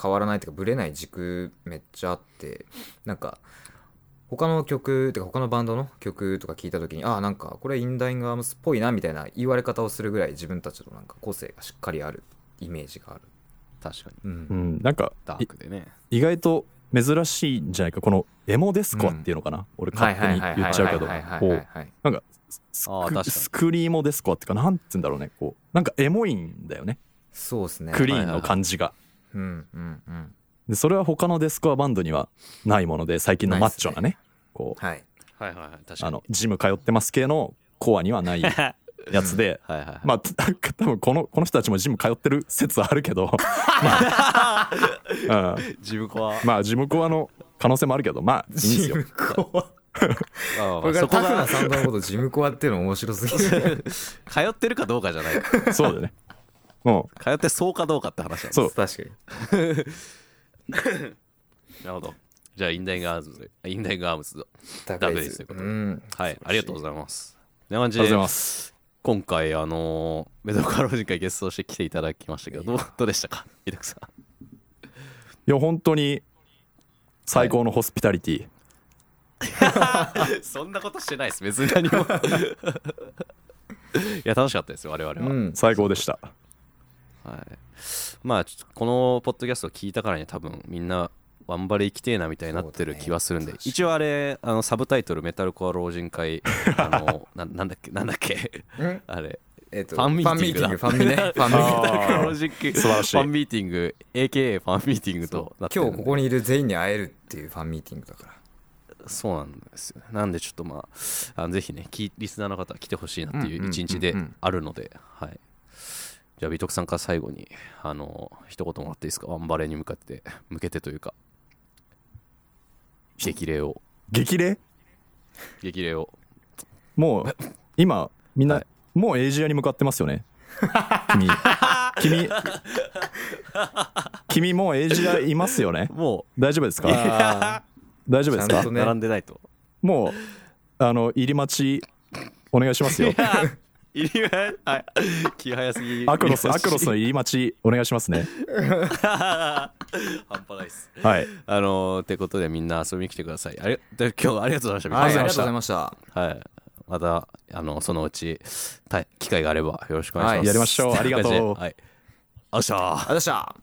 変わらないというかブレない軸めっちゃあってなんか他の曲てか他のバンドの曲とか聞いた時にああんかこれインダイニングアームスっぽいなみたいな言われ方をするぐらい自分たちのなんか個性がしっかりあるイメージがある、
確かに
うん
うん、なんか
ダ
い
ークでね
意外と珍しいんじゃないかこのエモデスコアっていうのかな、俺勝手に言っちゃうけど
はいはいはい
こ
は
う
いはい
なんかスス
あー確か
ク
に
スクリーモデスコアっていうかなんて言うんだろうねこうなんかエモいんだよね
そうですね
クリーンの感じが、
うんうんうん
でそれは他のデスコアバンドにはないもので最近のマッチョなねこう
はい
はいはいはい確
あのジム通ってます系のコアにはないやつで
はいはいはい
まあた多分このこの人たちもジム通ってる説はあるけ どまあ、うん
自分は
まあジムコアの可能性もあるけどまあいいんですよ
ジム コア
まあまあ
これか
そ
ら
こ
タフ
が
なサンドのことジムコアっていうの面白すぎる
通ってるかどうかじゃないか
そうだよねも
通ってそうかどうかって話なんです
そう
確かに
なるほどじゃあインダイングアームズインダイングアームズと
ダ
ブルですということで
ん
はいありがとうございますこんな感
うあり
じ
が
で
とうございます
今回あのーメドカロジン会ゲストとして来ていただきましたけどどうどうでしたか伊藤さん
いや本当に最高のホスピタリティ、
そんなこと してないです、別に何も。いや、楽しかったですよ、我々は。
うん
最高でした
はい、まあ、ちょっとこのポッドキャストを聞いたからには、多分みんな、ワンバレ行きてえなみたいになってる気はするんで、
そうだね
一応あれ、あのサブタイトル、メタルコア老人会、あの ななんだっけ、なんだっけ、
ん
あれ、
えっと
ファンミーティングだ
ファンミーティン グファンミねファンミーティング
あー
老人会、
素晴らしい
ファンミーティング、AKA ファンミーティングとなってるん
今
で
日ここにいる全員に会えるっていうファンミーティングだから
そうなんですよね。なんでちょっとまあ、あのぜひね、きリスナーの方来てほしいなってい
うんうんうんう
うん一日であるので、はい。じゃあ、美徳さんから最後に、あの、一言もらっていいですか、ワンバレーに向かって、向けてというか、激励を、
激励
激励を。
もう今みんな、
はい
もうエイジアに向かってますよね 君君君もうエイジアいますよね
も
大丈夫ですか
あ
大丈夫です
ちゃ
か
んと
う、
ね
並んでないと。
もうあの入り待ちお願いしますよ
いりはい。気早すぎ。
アクロス
入りま
ア
し
クロスの入り待ちお願いしますね
半端ないです。
はい
あのー、てことでみんな遊びに来てください。ありで今日はありがとうございました。美
あり
徳さん
がとうございました
はい。また、あの、そのうち、た機会があればよろしくお願いします。
はい
やりましょうありがとう
はい。あっしゃー。
ありがとうございました